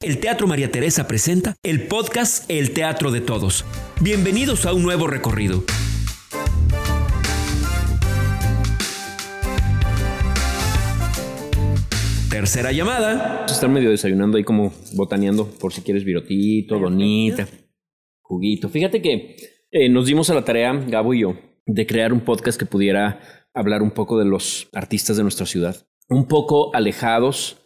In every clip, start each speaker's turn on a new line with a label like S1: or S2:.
S1: El Teatro María Teresa presenta el podcast El Teatro de Todos. Bienvenidos a un nuevo recorrido. Tercera llamada.
S2: Están medio desayunando ahí como botaneando por si quieres virotito, donita, juguito. Fíjate que eh, nos dimos a la tarea, Gabo y yo, de crear un podcast que pudiera hablar un poco de los artistas de nuestra ciudad. Un poco alejados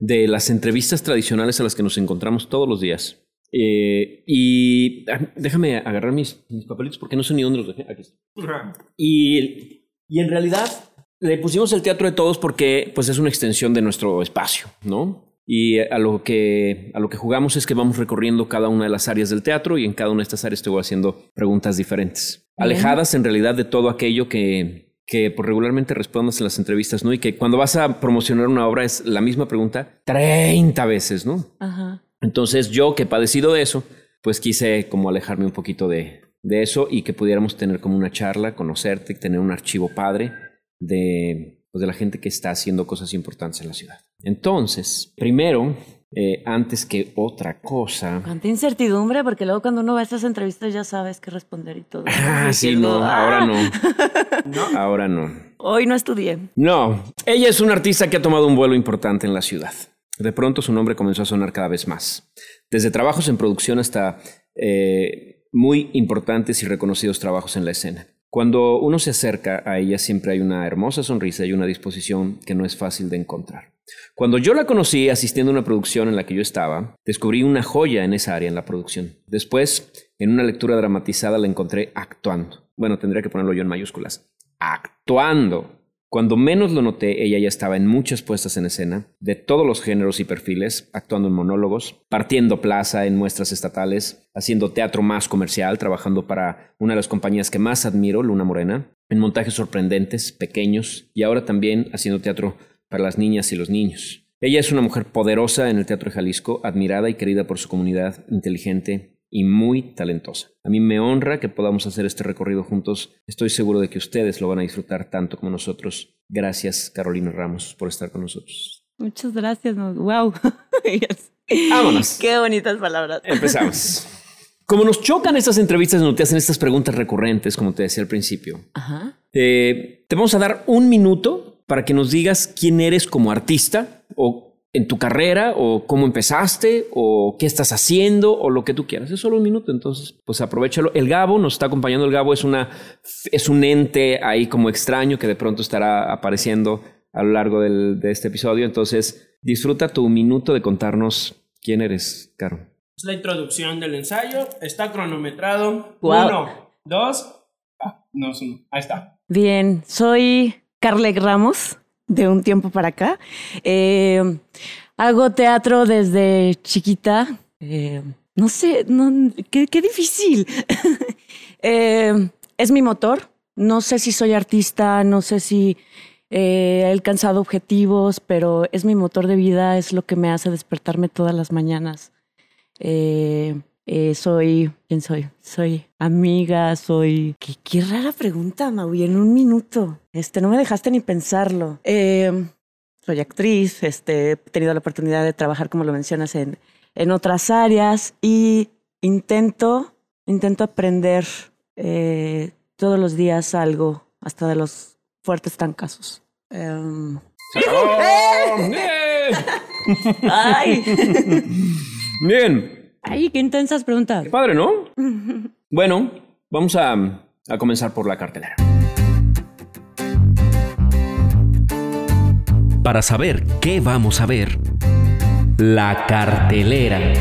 S2: de las entrevistas tradicionales a las que nos encontramos todos los días. Eh, y ah, déjame agarrar mis, mis papelitos porque no sé ni dónde los dejé. Aquí está. Y, y en realidad le pusimos el teatro de todos porque pues es una extensión de nuestro espacio, ¿no? Y a lo que a lo que jugamos es que vamos recorriendo cada una de las áreas del teatro y en cada una de estas áreas te voy haciendo preguntas diferentes, alejadas en realidad de todo aquello que que pues, regularmente respondas en las entrevistas, ¿no? Y que cuando vas a promocionar una obra es la misma pregunta 30 veces, ¿no?
S3: Ajá.
S2: Entonces yo que he padecido de eso, pues quise como alejarme un poquito de, de eso y que pudiéramos tener como una charla, conocerte, tener un archivo padre de, pues, de la gente que está haciendo cosas importantes en la ciudad. Entonces, primero, eh, antes que otra cosa...
S3: Cuánta incertidumbre, porque luego cuando uno va a estas entrevistas ya sabes qué responder y todo.
S2: Ah, sí, Ah.
S3: Diciendo,
S2: no,
S3: "Ah,
S2: ahora no. Ahora no.
S3: Hoy no estudié.
S2: No, ella es una artista que ha tomado un vuelo importante en la ciudad. De pronto su nombre comenzó a sonar cada vez más. Desde trabajos en producción hasta eh, muy importantes y reconocidos trabajos en la escena. Cuando uno se acerca a ella siempre hay una hermosa sonrisa y una disposición que no es fácil de encontrar. Cuando yo la conocí asistiendo a una producción en la que yo estaba, descubrí una joya en esa área en la producción. Después, en una lectura dramatizada la encontré actuando. Bueno, tendría que ponerlo yo en mayúsculas. Actuando. Cuando menos lo noté, ella ya estaba en muchas puestas en escena, de todos los géneros y perfiles, actuando en monólogos, partiendo plaza en muestras estatales, haciendo teatro más comercial, trabajando para una de las compañías que más admiro, Luna Morena, en montajes sorprendentes, pequeños, y ahora también haciendo teatro para las niñas y los niños. Ella es una mujer poderosa en el Teatro de Jalisco, admirada y querida por su comunidad, inteligente y muy talentosa. A mí me honra que podamos hacer este recorrido juntos. Estoy seguro de que ustedes lo van a disfrutar tanto como nosotros. Gracias, Carolina Ramos, por estar con nosotros.
S3: Muchas gracias. no- Wow. Yes.
S2: Vámonos.
S3: Qué bonitas palabras.
S2: Empezamos. Como nos chocan estas entrevistas, no te hacen estas preguntas recurrentes, como te decía al principio.
S3: Ajá.
S2: Eh, te vamos a dar un minuto para que nos digas quién eres como artista o en tu carrera o cómo empezaste o qué estás haciendo o lo que tú quieras. Es solo un minuto, entonces pues aprovechalo. El Gabo nos está acompañando. El Gabo es una es un ente ahí como extraño que de pronto estará apareciendo a lo largo del- de este episodio. Entonces disfruta tu minuto de contarnos quién eres, Caro.
S4: Es la introducción del ensayo. Está cronometrado.
S3: Guau.
S4: Uno, dos. Ah, no, es uno. Ahí está.
S3: Bien, soy Carle Ramos, de un tiempo para acá. Eh, hago teatro desde chiquita. Eh, no sé, no- qué, qué difícil. Eh, es mi motor. No sé si soy artista, no sé si eh, he alcanzado objetivos, pero es mi motor de vida, es lo que me hace despertarme todas las mañanas. Eh, eh, soy, ¿quién soy? Soy amiga, soy... Qué, qué rara pregunta, Maui, en un minuto. Este, no me dejaste ni pensarlo. Eh, soy actriz, este, he tenido la oportunidad de trabajar, como lo mencionas, en, en otras áreas y intento, intento aprender eh, todos los días algo, hasta de los fuertes trancazos. Em, ¡Ay!
S2: Bien,
S3: ¡Ay, qué intensas preguntas!
S2: qué padre, ¿no? Bueno, vamos a, a comenzar por la cartelera.
S1: Para saber qué vamos a ver, la cartelera.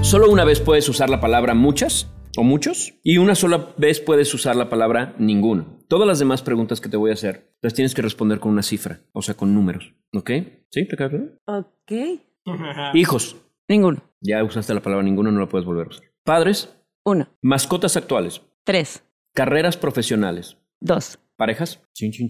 S2: Solo una vez puedes usar la palabra muchas o muchos y una sola vez puedes usar la palabra ninguno. Todas las demás preguntas que te voy a hacer las tienes que responder con una cifra, o sea, con números. ¿Ok? ¿Sí? ¿Te queda claro?
S3: Ok.
S2: Hijos.
S3: Ninguno.
S2: Ya usaste la palabra ninguno, no la puedes volver a usar. Padres.
S3: Uno,
S2: Mascotas actuales.
S3: tres,
S2: Carreras profesionales.
S3: dos,
S2: Parejas. Chin, chin,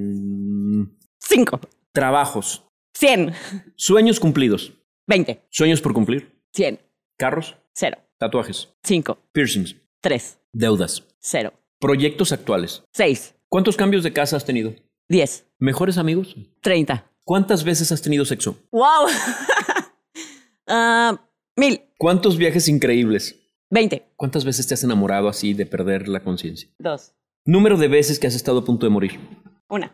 S2: chin.
S3: cinco,
S2: Trabajos.
S3: cien,
S2: Sueños cumplidos.
S3: veinte,
S2: Sueños por cumplir.
S3: cien,
S2: Carros.
S3: cero,
S2: Tatuajes.
S3: cinco,
S2: Piercings.
S3: tres,
S2: Deudas.
S3: cero,
S2: Proyectos actuales.
S3: seis,
S2: ¿Cuántos cambios de casa has tenido?
S3: diez,
S2: ¿Mejores amigos?
S3: treinta.
S2: ¿Cuántas veces has tenido sexo?
S3: ¡Wow! Ah, mil,
S2: ¿Cuántos viajes increíbles?
S3: veinte,
S2: ¿Cuántas veces te has enamorado así de perder la conciencia?
S3: dos,
S2: Número de veces que has estado a punto de morir.
S3: una,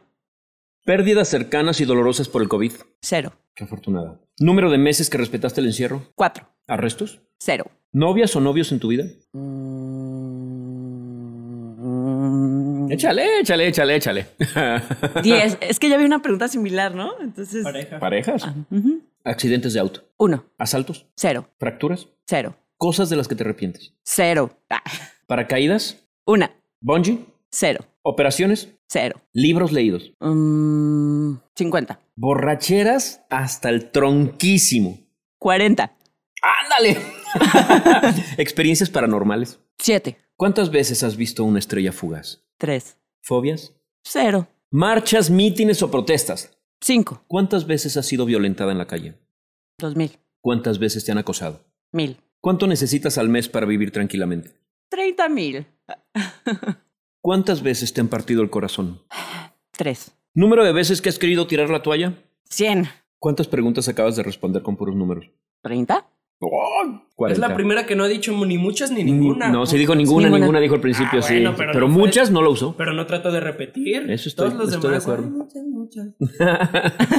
S2: Pérdidas cercanas y dolorosas por el COVID.
S3: cero,
S2: Qué afortunada. Número de meses que respetaste el encierro.
S3: cuatro,
S2: Arrestos.
S3: cero.
S2: ¿Novias o novios en tu vida?
S3: Mm,
S2: Échale, échale, échale, échale.
S3: Diez. Es que ya vi una pregunta similar, ¿no? Entonces. ah,
S4: Pareja.
S2: ¿Parejas?
S3: ujú.
S2: Accidentes de auto.
S3: Uno,
S2: Asaltos.
S3: cero,
S2: Fracturas.
S3: cero,
S2: Cosas de las que te arrepientes.
S3: cero. Ah,
S2: Paracaídas.
S3: Una,
S2: Bungee.
S3: cero,
S2: Operaciones.
S3: cero.
S2: Libros leídos.
S3: Mm, 50,
S2: Borracheras hasta el tronquísimo.
S3: 40,
S2: ¡Ándale! Experiencias paranormales.
S3: 7,
S2: ¿Cuántas veces has visto una estrella fugaz?
S3: 3,
S2: ¿Fobias?
S3: 0,
S2: Marchas, mítines o protestas.
S3: 5,
S2: ¿Cuántas veces has sido violentada en la calle?
S3: 2000,
S2: ¿Cuántas veces te han acosado?
S3: 1000,
S2: ¿Cuánto necesitas al mes para vivir tranquilamente?
S3: 30 mil,
S2: ¿Cuántas veces te han partido el corazón?
S3: 3,
S2: ¿Número de veces que has querido tirar la toalla?
S3: 100,
S2: ¿Cuántas preguntas acabas de responder con puros números?
S3: 30,
S4: Es
S2: 40.
S4: la primera que no ha dicho ni muchas ni ninguna.
S2: No, se dijo ninguna, ninguna,
S3: Ninguna.
S2: dijo al principio,
S4: Ah,
S2: sí.
S4: bueno,
S2: pero
S4: pero no fue-
S2: muchas no lo usó.
S4: Pero no trato de repetir.
S2: Eso estoy-
S4: Todos los
S2: estoy de
S4: demás,
S2: acuerdo.
S4: "Ay, muchas, muchas.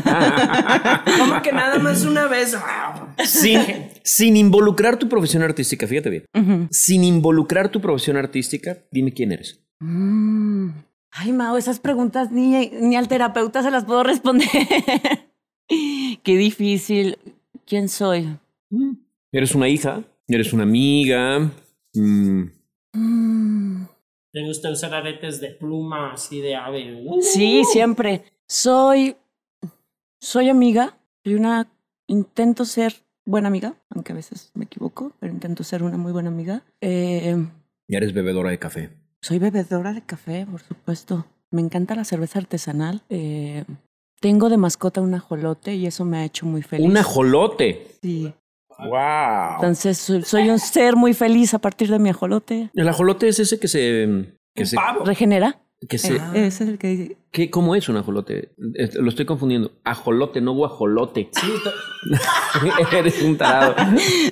S4: Como que nada más una vez. Wow.
S2: sin, sin involucrar tu profesión artística, fíjate bien. Sin involucrar tu profesión artística, dime quién eres.
S3: Mm. Ay, Mao, esas preguntas ni, ni al terapeuta se las puedo responder. Qué difícil. ¿Quién soy?
S2: ¿Eres una hija? ¿Eres una amiga? Mm,
S3: Mm.
S4: ¿Te gusta usar aretes de pluma así de ave? Uh.
S3: Sí, siempre. Soy. Soy amiga. Soy una. Intento ser buena amiga, aunque a veces me equivoco, pero intento ser una muy buena amiga. Eh,
S2: ¿Eres bebedora de café?
S3: soy bebedora de café, por supuesto. Me encanta la cerveza artesanal. Eh, tengo de mascota un ajolote y eso me ha hecho muy feliz.
S2: ¡Un ajolote!
S3: Sí.
S2: ¡Wow!
S3: Entonces, soy- soy un ser muy feliz a partir de mi ajolote.
S2: El ajolote es ese que se... mm, Que se,
S3: Regenera.
S2: que se
S3: Eh, ese es el que
S2: ¿qué- ¿Cómo es un ajolote? Eh, Lo estoy confundiendo. Ajolote, no guajolote. Eres un tarado.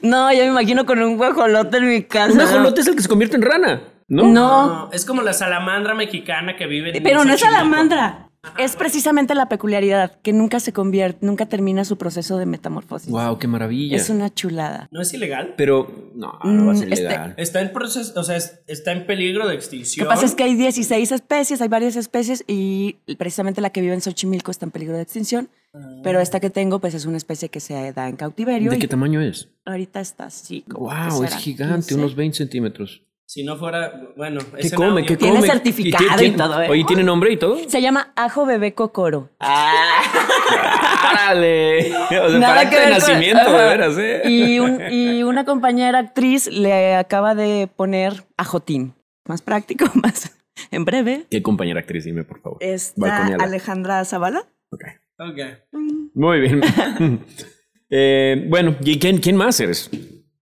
S3: No, yo me imagino con un guajolote en mi casa.
S2: Un ajolote Ah. es el que se convierte en rana, ¿no?
S3: no.
S4: No, es como la salamandra mexicana que vive en
S3: Pero no es
S4: Xochimilco.
S3: salamandra. Es precisamente la peculiaridad que nunca se convierte, nunca termina su proceso de metamorfosis.
S2: ¡Wow! ¡Qué maravilla!
S3: Es una chulada.
S4: ¿No es ilegal?
S2: Pero no, no va a ser
S3: Mm, este-
S2: legal.
S4: Está en proceso, o sea, es- está en peligro de extinción.
S3: Lo que pasa es que hay 16 especies, hay varias especies y precisamente la que vive en Xochimilco está en peligro de extinción. Pero esta que tengo, pues es una especie que se da en cautiverio.
S2: ¿De
S3: y
S2: qué tamaño es?
S3: ahorita está así. como que
S2: Wow, es
S3: será
S2: gigante,
S3: 15.
S2: unos 20 centímetros.
S4: Si no fuera, bueno,
S2: ¿Qué come? ¿Qué
S3: Tiene
S2: come?
S3: certificado
S2: ti-
S3: y
S2: tiene-
S3: todo, ¿eh?
S2: Oye, ¿tiene nombre y todo?
S3: Se llama ajo bebé cocoro.
S2: ¡Árale! O sea, para acta Pues de
S3: Ah. ver con-
S2: nacimiento,
S3: Ajá.
S2: de veras, ¿eh?
S3: Y, un- y una compañera actriz le acaba de poner ajotín. Más práctico, más en breve.
S2: ¿Qué compañera actriz? Dime, por favor.
S3: Está
S2: Balconeala.
S3: Alejandra Zavala.
S2: Ok.
S4: Ok.
S2: Muy bien. Eh, bueno, ¿y quién, quién más eres?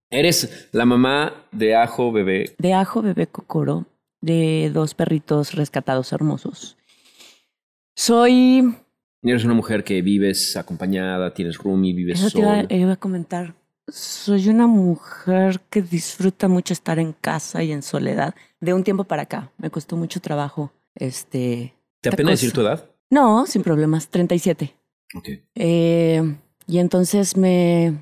S2: Eres la mamá de Ajo Bebé.
S3: De ajo, bebé cocoro, de dos perritos rescatados hermosos. Soy.
S2: Eres una mujer que vives acompañada, tienes roomie, vives
S3: Eso te iba,
S2: sola.
S3: iba a comentar. Soy una mujer que disfruta mucho estar en casa y en soledad. De un tiempo para acá. Me costó mucho trabajo. Este.
S2: ¿Te
S3: esta
S2: apena
S3: cosa.
S2: decir tu edad?
S3: No, sin problemas. 37.
S2: Ok.
S3: Eh, y entonces me,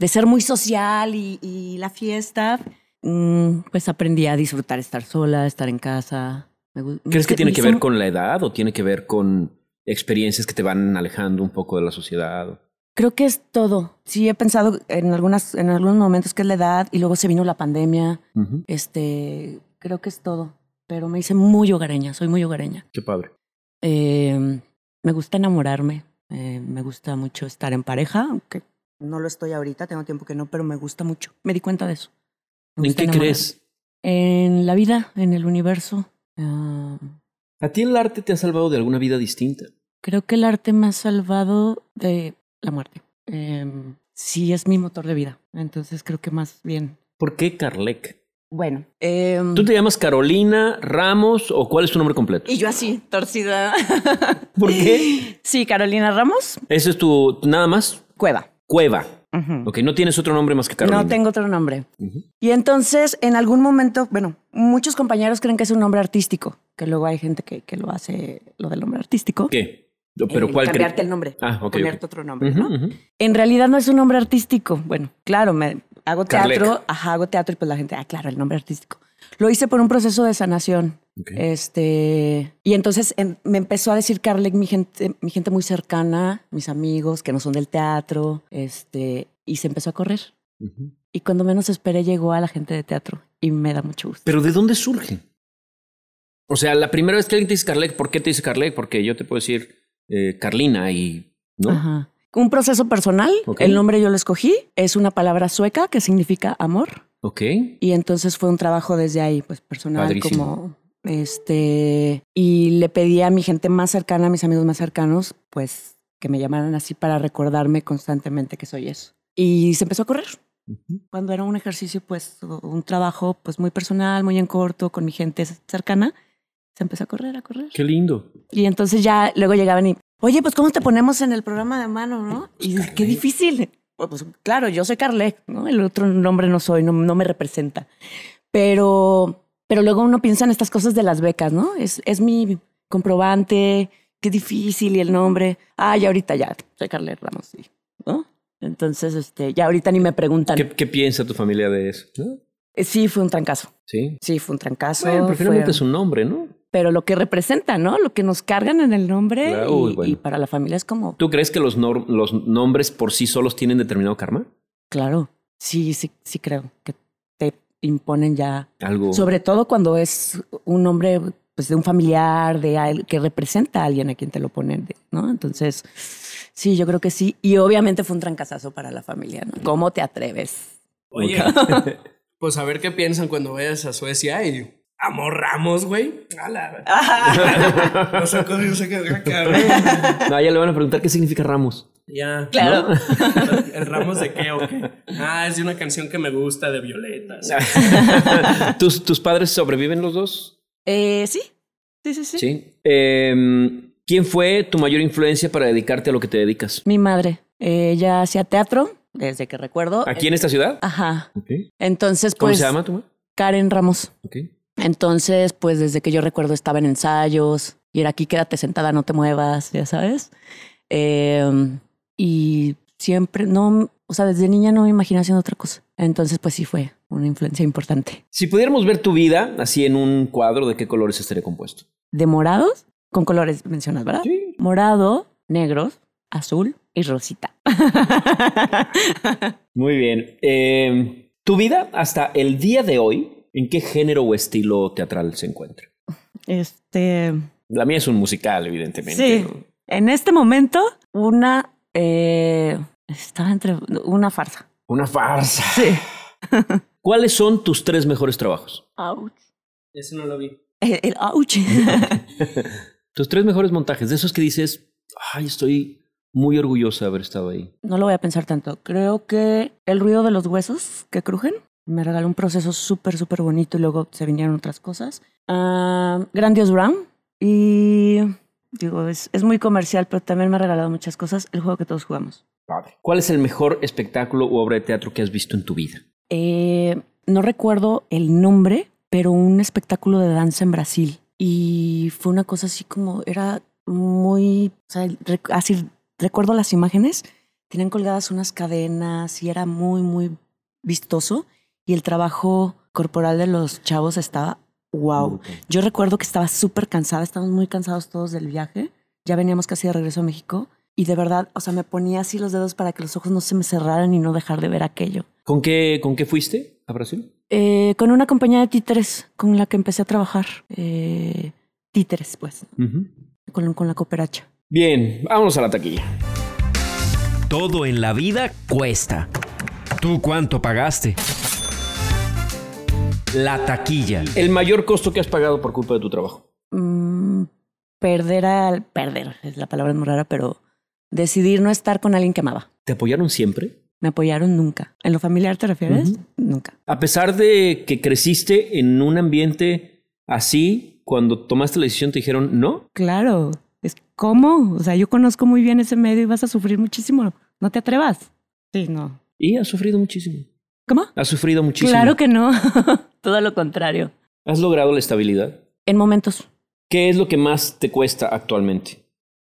S3: de ser muy social y, y la fiesta, mm, pues aprendí a disfrutar estar sola, estar en casa. Me gu-
S2: ¿Crees que tiene
S3: y
S2: que ver
S3: son-
S2: con la edad o tiene que ver con experiencias que te van alejando un poco de la sociedad?
S3: Creo que es todo. Sí, he pensado en, algunas, en algunos momentos que es la edad y luego se vino la pandemia.
S2: Ujú.
S3: Este, creo que es todo. Pero me hice muy hogareña, soy muy hogareña.
S2: Qué padre.
S3: Eh, me gusta enamorarme, eh, me gusta mucho estar en pareja, aunque no lo estoy ahorita, tengo tiempo que no, pero me gusta mucho. Me di cuenta de eso.
S2: ¿En
S3: Me gusta
S2: qué
S3: enamorarme.
S2: crees?
S3: En la vida, en el universo. Ah,
S2: ¿A ti el arte te ha salvado de alguna vida distinta?
S3: creo que el arte me ha salvado de la muerte. Eh, sí, es mi motor de vida. Entonces creo que más bien.
S2: ¿Por qué Carlec?
S3: Bueno. em,
S2: ¿Tú te llamas Carolina Ramos o cuál es tu nombre completo?
S3: Y yo así, torcida.
S2: ¿Por qué?
S3: Sí, Carolina Ramos,
S2: Ese es tu, nada más,
S3: Cueva.
S2: cueva.
S3: Ujú.
S2: Ok, no tienes otro nombre más que Carolina.
S3: No tengo otro nombre.
S2: Ujú.
S3: Y entonces, en algún momento, bueno, muchos compañeros creen que es un nombre artístico, que luego hay gente que, que lo hace lo del nombre artístico.
S2: ¿Qué? ¿Pero
S3: Eh,
S2: cuál cre-
S3: Cambiarte el nombre.
S2: Ah, ok,
S3: Ponerte
S2: ok.
S3: otro nombre,
S2: Ujú,
S3: ¿no?
S2: ujú.
S3: En realidad no es un nombre artístico. Bueno, claro, me hago
S2: Carlec.
S3: teatro, ajá, hago teatro y pues la gente, ah, claro, el nombre artístico. Lo hice por un proceso de sanación.
S2: Ok.
S3: Este, y entonces em, me empezó a decir Carlec, mi gente, mi gente muy cercana, mis amigos que no son del teatro, este, y se empezó a correr.
S2: Ujú.
S3: Y cuando menos esperé llegó a la gente de teatro y me da mucho gusto.
S2: Pero ¿de dónde surge? O sea, la primera vez que alguien te dice Carlec, ¿por qué te dice Carlec? Porque yo te puedo decir eh, Carlina y. ¿No?
S3: Ajá. Un proceso personal,
S2: Ok.
S3: el nombre yo lo escogí, es una palabra sueca que significa amor.
S2: Ok.
S3: Y entonces fue un trabajo desde ahí, pues personal,
S2: Padrísimo.
S3: como este. Y le pedí a mi gente más cercana, a mis amigos más cercanos, pues que me llamaran así para recordarme constantemente que soy eso. Y se empezó a correr.
S2: Ujú.
S3: Cuando era un ejercicio, pues o un trabajo, pues muy personal, muy en corto, con mi gente cercana, se empezó a correr, a correr.
S2: Qué lindo.
S3: Y entonces ya luego llegaban y, oye, pues ¿cómo te ponemos en el programa de mano, no? Y
S2: Carlec.
S3: qué difícil. Pues, pues, claro, yo soy Carlec, ¿no? El otro nombre no soy, no, no me representa. Pero, pero luego uno piensa en estas cosas de las becas, ¿no? Es, es mi comprobante, qué difícil y el nombre. Ah, ya ahorita ya, soy Carlec Ramos, sí, ¿no? Entonces, este, ya ahorita ni me preguntan.
S2: ¿Qué, qué piensa tu familia de eso? ¿No?
S3: Eh, Sí, fue un trancazo.
S2: Sí.
S3: Sí, fue un trancazo.
S2: Bueno, pero finalmente
S3: fue-
S2: es un nombre, ¿no?
S3: pero lo que representa, ¿no? Lo que nos cargan en el nombre
S2: Claro,
S3: y,
S2: uy, bueno.
S3: y para la familia es como,
S2: ¿Tú crees que los, nor- los nombres por sí solos tienen determinado karma?
S3: claro, sí, sí, sí creo que te imponen ya,
S2: Algo.
S3: sobre todo cuando es un nombre pues de un familiar, de al- que representa a alguien a quien te lo ponen, de- ¿no? Entonces, sí, yo creo que sí. Y obviamente fue un trancazazo para la familia, ¿no? ¿Cómo te atreves?
S4: Oye, pues a ver qué piensan cuando vayas a Suecia y. Amor Ramos, güey. A la- No sé cómo, no sé qué, cabrón.
S2: No, Ah, ya le van a preguntar qué significa Ramos.
S4: Ya.
S3: Claro.
S4: ¿El Ramos de qué o qué? Ah, es de una canción que me gusta de Violeta. sí.
S2: ¿Tus, ¿Tus padres sobreviven los dos?
S3: Eh, sí, sí, sí, sí.
S2: Em, ¿Quién fue tu mayor influencia para dedicarte a lo que te dedicas?
S3: Mi madre, eh, ella hacía teatro, desde que recuerdo.
S2: ¿Aquí en esta ciudad?
S3: Ajá.
S2: Ok.
S3: Entonces,
S2: ¿Cómo
S3: eh, ah, pues,
S2: se llama tu mamá?
S3: Karen Ramos.
S2: Okay.
S3: Entonces, pues desde que yo recuerdo estaba en ensayos y era aquí, quédate sentada, no te muevas, ya sabes. Eh, y siempre, no, o sea, desde niña no me imaginé haciendo otra cosa. Entonces, pues sí fue una influencia importante.
S2: Si pudiéramos ver tu vida así en un cuadro, ¿de qué colores estaría compuesto?
S3: De morados, con colores mencionas, ¿verdad?
S2: Sí.
S3: Morado, negros, azul y rosita.
S2: Muy bien. Em, tu vida hasta el día de hoy, ¿en qué género o estilo teatral se encuentra?
S3: Este,
S2: La mía es un musical, evidentemente.
S3: Sí.
S2: ¿no?
S3: en este momento, una, eh, estaba entre, una farsa.
S2: Una farsa.
S3: Sí.
S2: ¿Cuáles son tus tres mejores trabajos?
S3: Ouch.
S4: Ese no lo vi.
S3: El, el ouch.
S2: Tus tres mejores montajes, de esos que dices, ay, estoy muy orgullosa de haber estado ahí.
S3: No lo voy a pensar tanto. Creo que el ruido de los huesos que crujen me regaló un proceso súper, súper bonito y luego se vinieron otras cosas. Ah, Grandiose Brown. Y digo, es, es muy comercial, pero también me ha regalado muchas cosas. El juego que todos jugamos.
S2: ¿Cuál es el mejor espectáculo u obra de teatro que has visto en tu vida?
S3: Eh, no recuerdo el nombre, pero un espectáculo de danza en Brasil. Y fue una cosa así como, era muy, o sea, rec- así recuerdo las imágenes, tenían colgadas unas cadenas y era muy, muy vistoso. Y el trabajo corporal de los chavos estaba, wow.
S2: Brutal.
S3: Yo recuerdo que estaba súper cansada, estábamos muy cansados todos del viaje, ya veníamos casi de regreso a México. Y de verdad, o sea, me ponía así los dedos para que los ojos no se me cerraran y no dejar de ver aquello.
S2: ¿Con qué, ¿Con qué fuiste a Brasil?
S3: Eh, con una compañía de títeres con la que empecé a trabajar. Eh, títeres, pues,
S2: Ujú.
S3: con, con la cooperacha.
S2: Bien, vámonos a la taquilla.
S1: Todo en la vida cuesta. ¿Tú cuánto pagaste? La taquilla.
S2: El mayor costo que has pagado por culpa de tu trabajo.
S3: Mm, perder al. Perder, es la palabra muy rara, pero decidir no estar con alguien que amaba.
S2: ¿Te apoyaron siempre?
S3: Me apoyaron nunca. ¿En lo familiar te refieres? Nunca.
S2: A pesar de que creciste en un ambiente así, cuando tomaste la decisión te dijeron no.
S3: Claro. Es como. O sea, yo conozco muy bien ese medio y vas a sufrir muchísimo. No te atrevas. Sí, no.
S2: Y has sufrido muchísimo.
S3: ¿Cómo?
S2: Has sufrido muchísimo.
S3: Claro que no. Todo lo contrario.
S2: ¿Has logrado la estabilidad?
S3: En momentos.
S2: ¿Qué es lo que más te cuesta actualmente?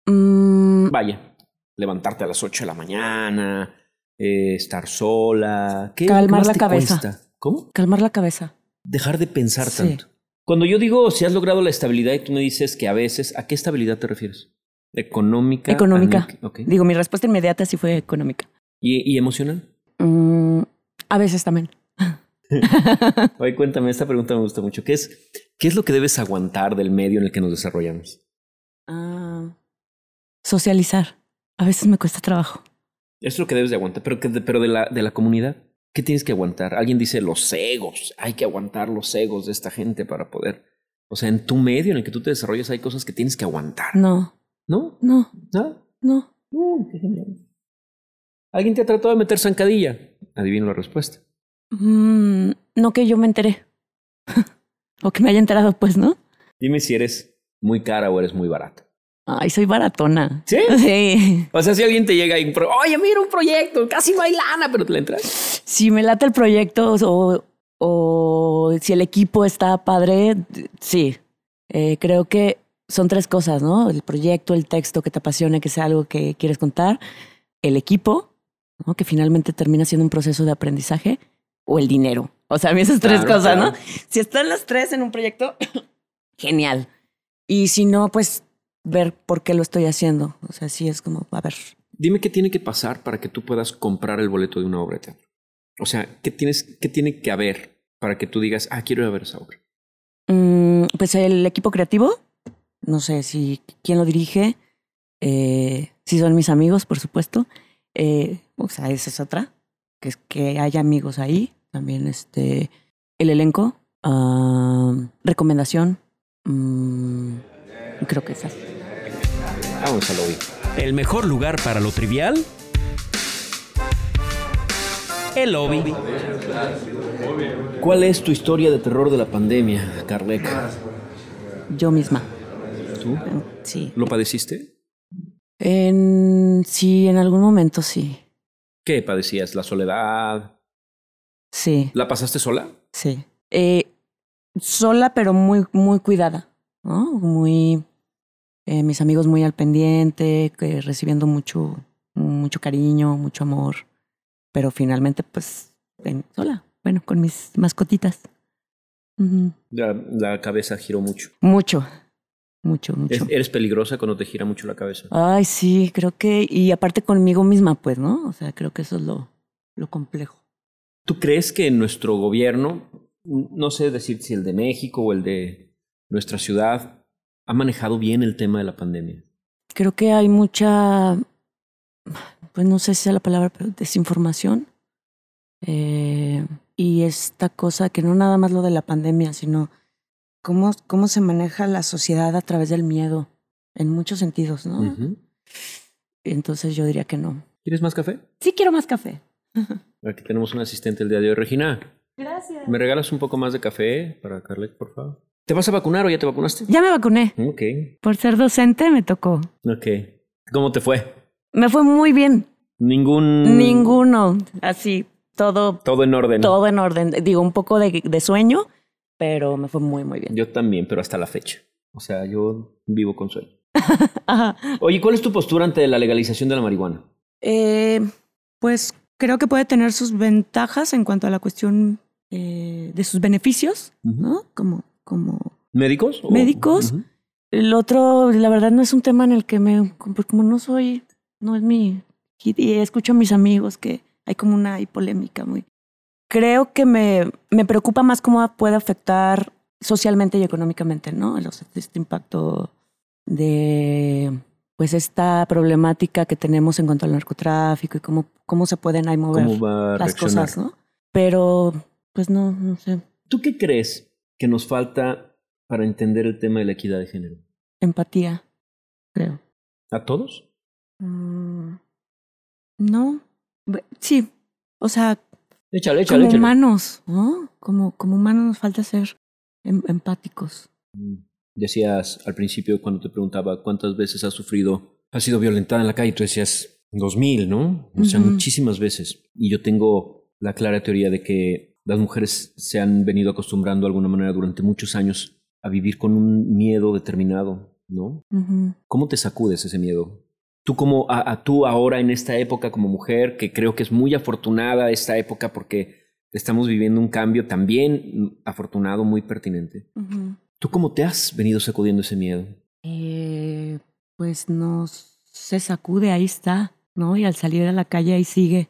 S3: Mm,
S2: Vaya, levantarte a las 8 de la mañana, eh, estar sola. ¿Qué es lo que
S3: Calmar
S2: más
S3: la
S2: te
S3: cabeza.
S2: cuesta? ¿Cómo?
S3: calmar la cabeza.
S2: Dejar de pensar
S3: Sí.
S2: tanto. Cuando yo digo si has logrado la estabilidad y tú me dices que a veces, ¿a qué estabilidad te refieres? Económica.
S3: Económica.
S2: anímica, ok.
S3: Digo, mi respuesta inmediata sí fue económica.
S2: ¿Y, y emocional?
S3: Mm, a veces también.
S2: Oye, cuéntame, esta pregunta me gusta mucho. ¿Qué es, ¿Qué es lo que debes aguantar del medio en el que nos desarrollamos?
S3: Ah, socializar. A veces me cuesta trabajo.
S2: Es lo que debes de aguantar, pero, que de, pero de, la, de la comunidad. ¿Qué tienes que aguantar? Alguien dice los egos. Hay que aguantar los egos de esta gente para poder. O sea, en tu medio en el que tú te desarrollas hay cosas que tienes que aguantar.
S3: No,
S2: ¿No?
S3: no,
S2: ¿Nada?
S3: no.
S2: Uh, qué genial. ¿Alguien te ha tratado de meter zancadilla? Adivino la respuesta.
S3: Mm, no que yo me enteré. o que me haya enterado, pues, ¿no?
S2: Dime si eres muy cara o eres muy barata.
S3: Ay, soy baratona.
S2: ¿Sí?
S3: Sí.
S2: O sea, si alguien te llega y... pro- Oye, mira un proyecto, casi no hay lana, pero te le entras.
S3: Si me late el proyecto o, o si el equipo está padre, d- sí. Eh, creo que son tres cosas, ¿no? El proyecto, el texto que te apasione, que sea algo que quieres contar, el equipo, ¿no? Que finalmente termina siendo un proceso de aprendizaje, o el dinero. O sea, a mí esas tres
S2: Claro,
S3: cosas,
S2: claro.
S3: ¿no? Si están las tres en un proyecto, genial. Y si no, pues ver por qué lo estoy haciendo. O sea, sí es como, a ver,
S2: Dime qué tiene que pasar para que tú puedas comprar el boleto de una obra de teatro. O sea, ¿qué, tienes, qué tiene que haber para que tú digas, ah, quiero ir a ver esa obra?
S3: Mm, pues el equipo creativo, no sé si quién lo dirige, eh, si son mis amigos, por supuesto. eh, o sea, esa es otra, que es que haya amigos ahí. También este, el elenco, ah, recomendación, mm, creo que esas.
S2: Vamos a Ah, lo
S1: El mejor lugar para lo trivial. El lobby.
S2: ¿Cuál es tu historia de terror de la pandemia, Carlec?
S3: Yo misma,
S2: ¿Tú
S3: sí.
S2: lo padeciste?
S3: En, sí, en algún momento sí,
S2: ¿Qué padecías? ¿La soledad?
S3: sí.
S2: ¿La pasaste sola?
S3: Sí. Eh, sola, pero muy, muy cuidada, ¿no? Muy. eh, mis amigos muy al pendiente, que recibiendo mucho, mucho cariño, mucho amor. Pero finalmente, pues, en- sola. Bueno, con mis mascotitas. Ujú.
S2: La, la cabeza giró mucho.
S3: Mucho. Mucho,
S2: Es-
S3: mucho.
S2: ¿Eres peligrosa cuando te gira mucho la cabeza?
S3: Ay, sí, creo que. Y aparte conmigo misma, pues, ¿no? O sea, creo que eso es lo, lo complejo.
S2: ¿Tú crees que nuestro gobierno, no sé decir si el de México o el de nuestra ciudad, ha manejado bien el tema de la pandemia?
S3: creo que hay mucha, pues no sé si sea la palabra, pero desinformación. Eh, y esta cosa que no nada más lo de la pandemia, sino cómo, cómo se maneja la sociedad a través del miedo, en muchos sentidos, ¿no?
S2: Ujú.
S3: Entonces yo diría que no.
S2: ¿Quieres más café?
S3: Sí quiero más café.
S2: Aquí tenemos un asistente el día de hoy, Regina.
S3: Gracias.
S2: ¿Me regalas un poco más de café para Carlet, por favor? ¿Te vas a vacunar o ya te vacunaste?
S3: Ya me vacuné.
S2: Ok,
S3: Por ser docente me tocó.
S2: ok. ¿Cómo te fue?
S3: Me fue muy bien.
S2: Ningún...
S3: Ninguno. Así, todo,
S2: Todo en orden.
S3: todo en orden. Digo, un poco de, de sueño, pero me fue muy, muy bien.
S2: Yo también, pero hasta la fecha. O sea, yo vivo con sueño.
S3: Ajá.
S2: Oye, ¿cuál es tu postura ante la legalización de la marihuana?
S3: Eh, pues creo que puede tener sus ventajas en cuanto a la cuestión eh, de sus beneficios,
S2: Ujú.
S3: ¿no? Como, como.
S2: ¿Médicos? o-
S3: Médicos.
S2: Ujú.
S3: El otro, la verdad, no es un tema en el que me. Porque como no soy. No es mi. Y escucho a mis amigos que hay como una ahí polémica muy. Creo que me, me preocupa más cómo puede afectar socialmente y económicamente, ¿no? Los- este impacto de pues esta problemática que tenemos en cuanto al narcotráfico y cómo, cómo se pueden ahí mover
S2: ¿Cómo va a
S3: las
S2: reaccionar?
S3: cosas, ¿no? Pero, pues no, no sé,
S2: ¿Tú qué crees que nos falta para entender el tema de la equidad de género?
S3: empatía, creo.
S2: ¿A todos?
S3: Mm, no, Be- sí, o sea,
S2: Échale, échale,
S3: como
S2: échale.
S3: humanos, ¿no? Como, como humanos nos falta ser em- empáticos.
S2: Mm. Decías al principio cuando te preguntaba cuántas veces has sufrido, has sido violentada en la calle, tú decías 2000, ¿no? O sea,
S3: Ujú.
S2: muchísimas veces. Y yo tengo la clara teoría de que las mujeres se han venido acostumbrando de alguna manera durante muchos años a vivir con un miedo determinado, ¿no?
S3: Ujú.
S2: ¿Cómo te sacudes ese miedo? Tú como a, a tú ahora en esta época como mujer, que creo que es muy afortunada esta época porque estamos viviendo un cambio también mm, afortunado, muy pertinente.
S3: Ujú.
S2: ¿Tú cómo te has venido sacudiendo ese miedo?
S3: Eh, pues no se sacude, ahí está, ¿no? Y al salir a la calle ahí sigue.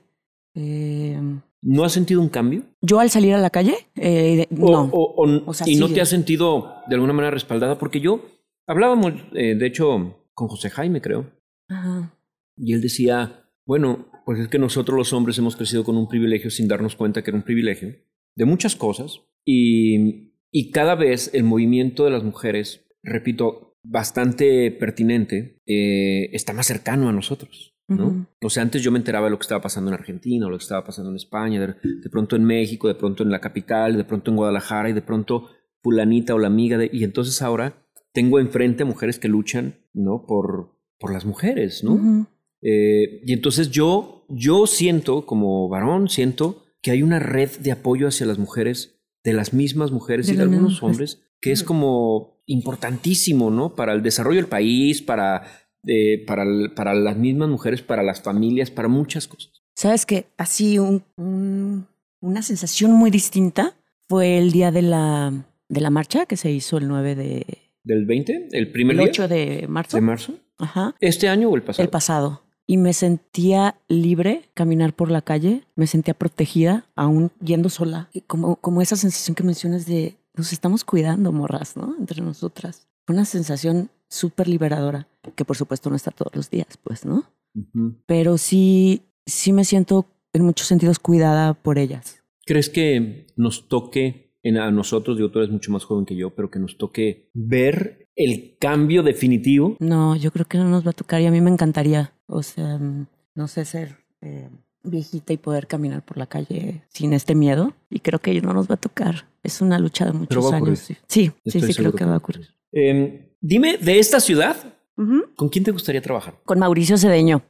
S3: Eh,
S2: ¿No has sentido un cambio?
S3: ¿Yo al salir a la calle? Eh, no.
S2: O- o- o-
S3: O sea,
S2: y no
S3: sigue.
S2: te has sentido de alguna manera respaldada, porque yo hablábamos, eh, de hecho, con José Jaime, creo,
S3: Ajá.
S2: y él decía, bueno, pues es que nosotros los hombres hemos crecido con un privilegio sin darnos cuenta que era un privilegio, de muchas cosas, y, y cada vez el movimiento de las mujeres, repito, bastante pertinente, eh, está más cercano a nosotros. ¿no?
S3: Ujú.
S2: O sea, antes yo me enteraba de lo que estaba pasando en Argentina, o lo que estaba pasando en España, de, de pronto en México, de pronto en la capital, de pronto en Guadalajara, y de pronto fulanita o la amiga de... Y entonces ahora tengo enfrente a mujeres que luchan, ¿no? Por, por las mujeres, ¿no?
S3: Ujú.
S2: Eh, y entonces yo, yo siento, como varón, siento que hay una red de apoyo hacia las mujeres, de las mismas mujeres
S3: De
S2: y de
S3: las mismas
S2: algunos
S3: mujeres.
S2: hombres, que es como importantísimo, ¿no? Para el desarrollo del país, para, eh, para, el- para las mismas mujeres, para las familias, para muchas cosas.
S3: ¿Sabes qué? Así un- un- una sensación muy distinta fue el día de la, de la marcha que se hizo el 9 de...
S2: ¿Del 20? ¿El primer
S3: El
S2: día
S3: 8 de marzo.
S2: de marzo?
S3: Ajá.
S2: ¿Este año o el pasado?
S3: El pasado. Y me sentía libre caminar por la calle, me sentía protegida, aún yendo sola. Y Como, como esa sensación que mencionas de nos estamos cuidando, morras, ¿no? Entre nosotras. Fue una sensación súper liberadora, que por supuesto no está todos los días, pues, ¿no?
S2: Ujú.
S3: pero sí, sí me siento en muchos sentidos cuidada por ellas.
S2: ¿Crees que nos toque, en, a nosotros, digo, tú eres mucho más joven que yo, pero que nos toque ver el cambio definitivo
S3: No, yo creo que no nos va a tocar y a mí me encantaría, o sea, mm, no sé, ser eh, viejita y poder caminar por la calle sin este miedo y creo que no nos va a tocar. Es una lucha de
S2: Pero
S3: muchos
S2: va a ocurrir.
S3: años. Sí, sí, sí,
S2: Estoy
S3: sí, creo
S2: seguro
S3: que va a ocurrir.
S2: Eh, dime, de esta ciudad,
S3: Ujú.
S2: ¿con quién te gustaría trabajar?
S3: Con Mauricio Cedeño.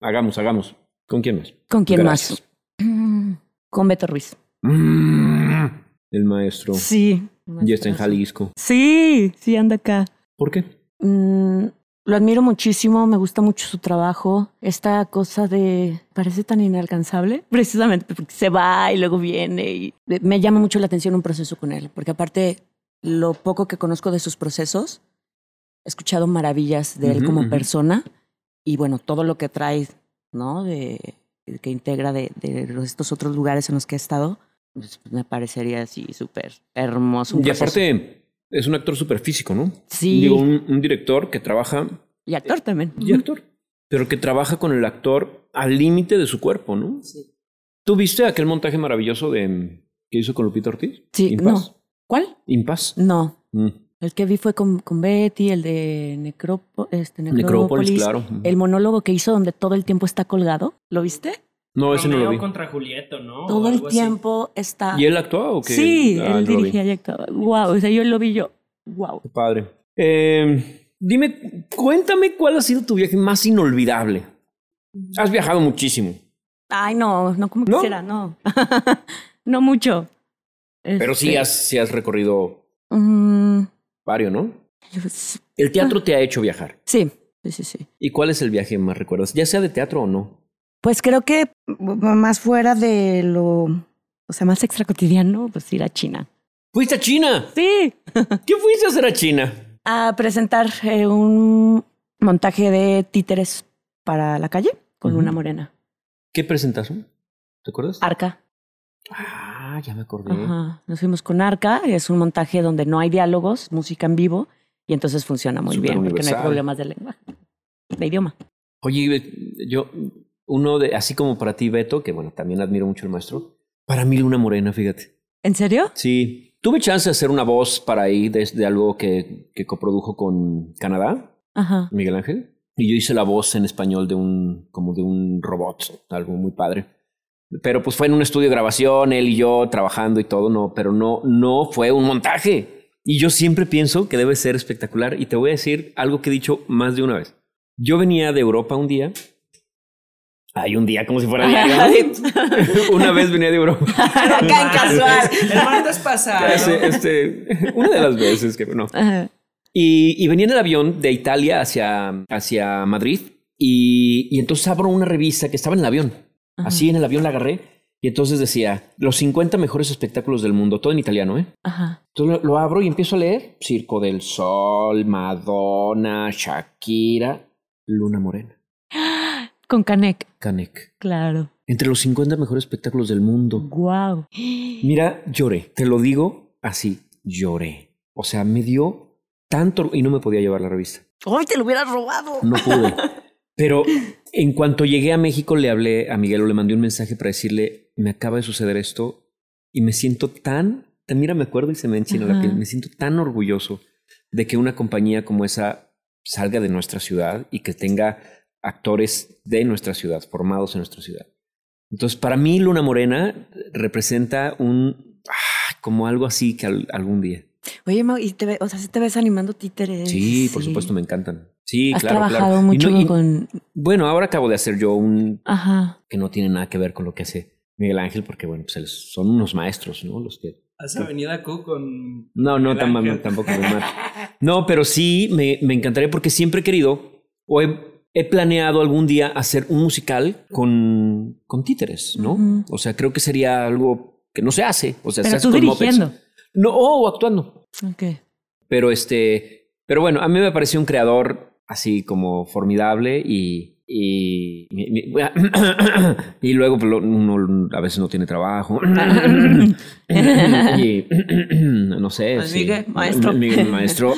S2: hagamos, hagamos. ¿Con quién más?
S3: ¿Con quién
S2: Gracias.
S3: más? Mm, Con Beto Ruiz.
S2: Mm, El maestro.
S3: Sí.
S2: Ya está en Jalisco.
S3: Sí, sí, anda acá.
S2: ¿Por qué?
S3: Mm, lo admiro muchísimo, me gusta mucho su trabajo. Esta cosa de parece tan inalcanzable, precisamente porque se va y luego viene y me llama mucho la atención un proceso con él, porque aparte lo poco que conozco de sus procesos, he escuchado maravillas de él
S2: Ujú,
S3: como
S2: ujú.
S3: persona y bueno, todo lo que trae, ¿no? De que integra de, de los- estos otros lugares en los que he estado, pues, me parecería así súper hermoso. un
S2: Y
S3: proceso.
S2: aparte, es un actor súper físico, ¿no?
S3: Sí.
S2: Digo, un, un director que trabaja.
S3: y actor también.
S2: Y actor. Pero que trabaja con el actor al límite de su cuerpo, ¿no? Sí. ¿Tú viste aquel montaje maravilloso de que hizo con Lupita Ortiz?
S3: Sí,
S2: Impas.
S3: no. ¿Cuál?
S2: Impas.
S3: No,
S2: Mm.
S3: El que vi fue con, con Betty, el de Necropo- este, Necrópolis.
S2: Necrópolis, claro.
S3: El monólogo que hizo donde todo el tiempo está colgado, ¿lo viste?
S2: No, ese no lo
S5: Romeo
S2: vi.
S5: contra Julieto, ¿no? O
S3: todo el
S5: Oh, algo así.
S3: tiempo está...
S2: ¿Y él actuaba o qué?
S3: Sí,
S2: Ah,
S3: él
S2: no lo vi.
S3: dirigía y actuaba. Wow, o sea, yo lo vi yo. Wow.
S2: Qué padre. Eh, dime, cuéntame cuál ha sido tu viaje más inolvidable. Has viajado muchísimo,
S3: Ay, no, no como
S2: ¿No?
S3: quisiera, no. no mucho.
S2: pero sí
S3: Este,
S2: has, sí has recorrido
S3: mm,
S2: varios, ¿no?
S3: yo- sí,
S2: El
S3: Ah.
S2: teatro te ha hecho viajar.
S3: sí, sí, sí.
S2: ¿Y cuál es el viaje que más recuerdas? Ya sea de teatro o no.
S3: Pues creo que m- más fuera de lo... O sea, más extra cotidiano, pues ir a China.
S2: ¡Fuiste a China!
S3: Sí,
S2: ¿Qué fuiste a hacer a China?
S3: a presentar eh, un montaje de títeres para la calle con
S2: Ujú.
S3: una morena.
S2: ¿Qué presentación? ¿Te acuerdas?
S3: Arca.
S2: Ah, ya me acordé.
S3: Ajá. Nos fuimos con Arca. Es un montaje donde no hay diálogos, música en vivo, y entonces funciona muy
S2: Súper
S3: bien porque no hay
S2: universal.
S3: problemas de lengua, de idioma.
S2: Oye, Ibe, yo, uno de, así como para ti, Beto, que bueno, también admiro mucho el maestro, para mí Luna Morena, fíjate.
S3: ¿En serio?
S2: Sí. Tuve chance de hacer una voz para ahí de, de algo que, que coprodujo con Canadá,
S3: Ajá.
S2: Miguel Ángel. Y yo hice la voz en español de un, como de un robot, algo muy padre. Pero pues fue en un estudio de grabación, él y yo trabajando y todo, no, pero no, no fue un montaje. Y yo siempre pienso que debe ser espectacular y te voy a decir algo que he dicho más de una vez. Yo venía de Europa un día. Hay un día como si fuera diario. ¿no? una vez venía de Europa.
S5: Acá en casual.
S4: El martes pasado.
S2: Este- este, una de las veces que no.
S3: Ajá.
S2: Y, y venía en el avión de Italia hacia, hacia Madrid y, y entonces abro una revista que estaba en el avión.
S3: Ajá.
S2: Así en el avión la agarré y entonces decía, los 50 mejores espectáculos del mundo, todo en italiano, ¿eh?
S3: Ajá.
S2: Entonces lo, lo abro y empiezo a leer. Circo del Sol, Madonna, Shakira, Luna Morena,
S3: Con Canek,
S2: Canek.
S3: claro.
S2: Entre los 50 mejores espectáculos del mundo.
S3: Wow.
S2: Mira, lloré, te lo digo así, lloré. O sea, me dio tanto y no me podía llevar la revista.
S5: Hoy te lo hubieras robado.
S2: No pude. Pero en cuanto llegué a México, le hablé a Miguel o le mandé un mensaje para decirle: Me acaba de suceder esto y me siento tan. Mira, me acuerdo y se me enchina la
S3: Ajá.
S2: piel. Me siento tan orgulloso de que una compañía como esa salga de nuestra ciudad y que tenga actores de nuestra ciudad, formados en nuestra ciudad. Entonces, para mí, Luna Morena representa un. ah, como algo así que al- algún día.
S3: Oye, Mau, ¿y te ve- o sea, ¿sí te ves animando títeres?
S2: Sí, por supuesto, me encantan. Sí,
S3: Has
S2: claro,
S3: trabajado
S2: claro. Y
S3: mucho
S2: no- y-
S3: con.
S2: Bueno, ahora acabo de hacer yo un
S3: Ajá.
S2: que no tiene nada que ver con lo que hace Miguel Ángel, porque bueno, pues él- son unos maestros, ¿no? Los que.
S4: Has venido a Q con.
S2: No, no,
S4: Miguel
S2: tam-
S4: Ángel.
S2: tampoco me mato. No, pero sí me, me encantaría porque siempre he querido o he, he planeado algún día hacer un musical con, con títeres, ¿no?
S3: Ujú.
S2: O sea, creo que sería algo que no se hace. O sea, se
S3: Pero
S2: hace
S3: tú
S2: con Muppets.
S3: dirigiendo.
S2: No, o actuando.
S3: Ok.
S2: Pero este, pero bueno, a mí me pareció un creador así como formidable y y, mi- mi- y luego pues, lo- uno a veces no tiene trabajo y no sé
S5: Pues
S2: sí.
S5: Miguel, maestro.
S2: Miguel, maestro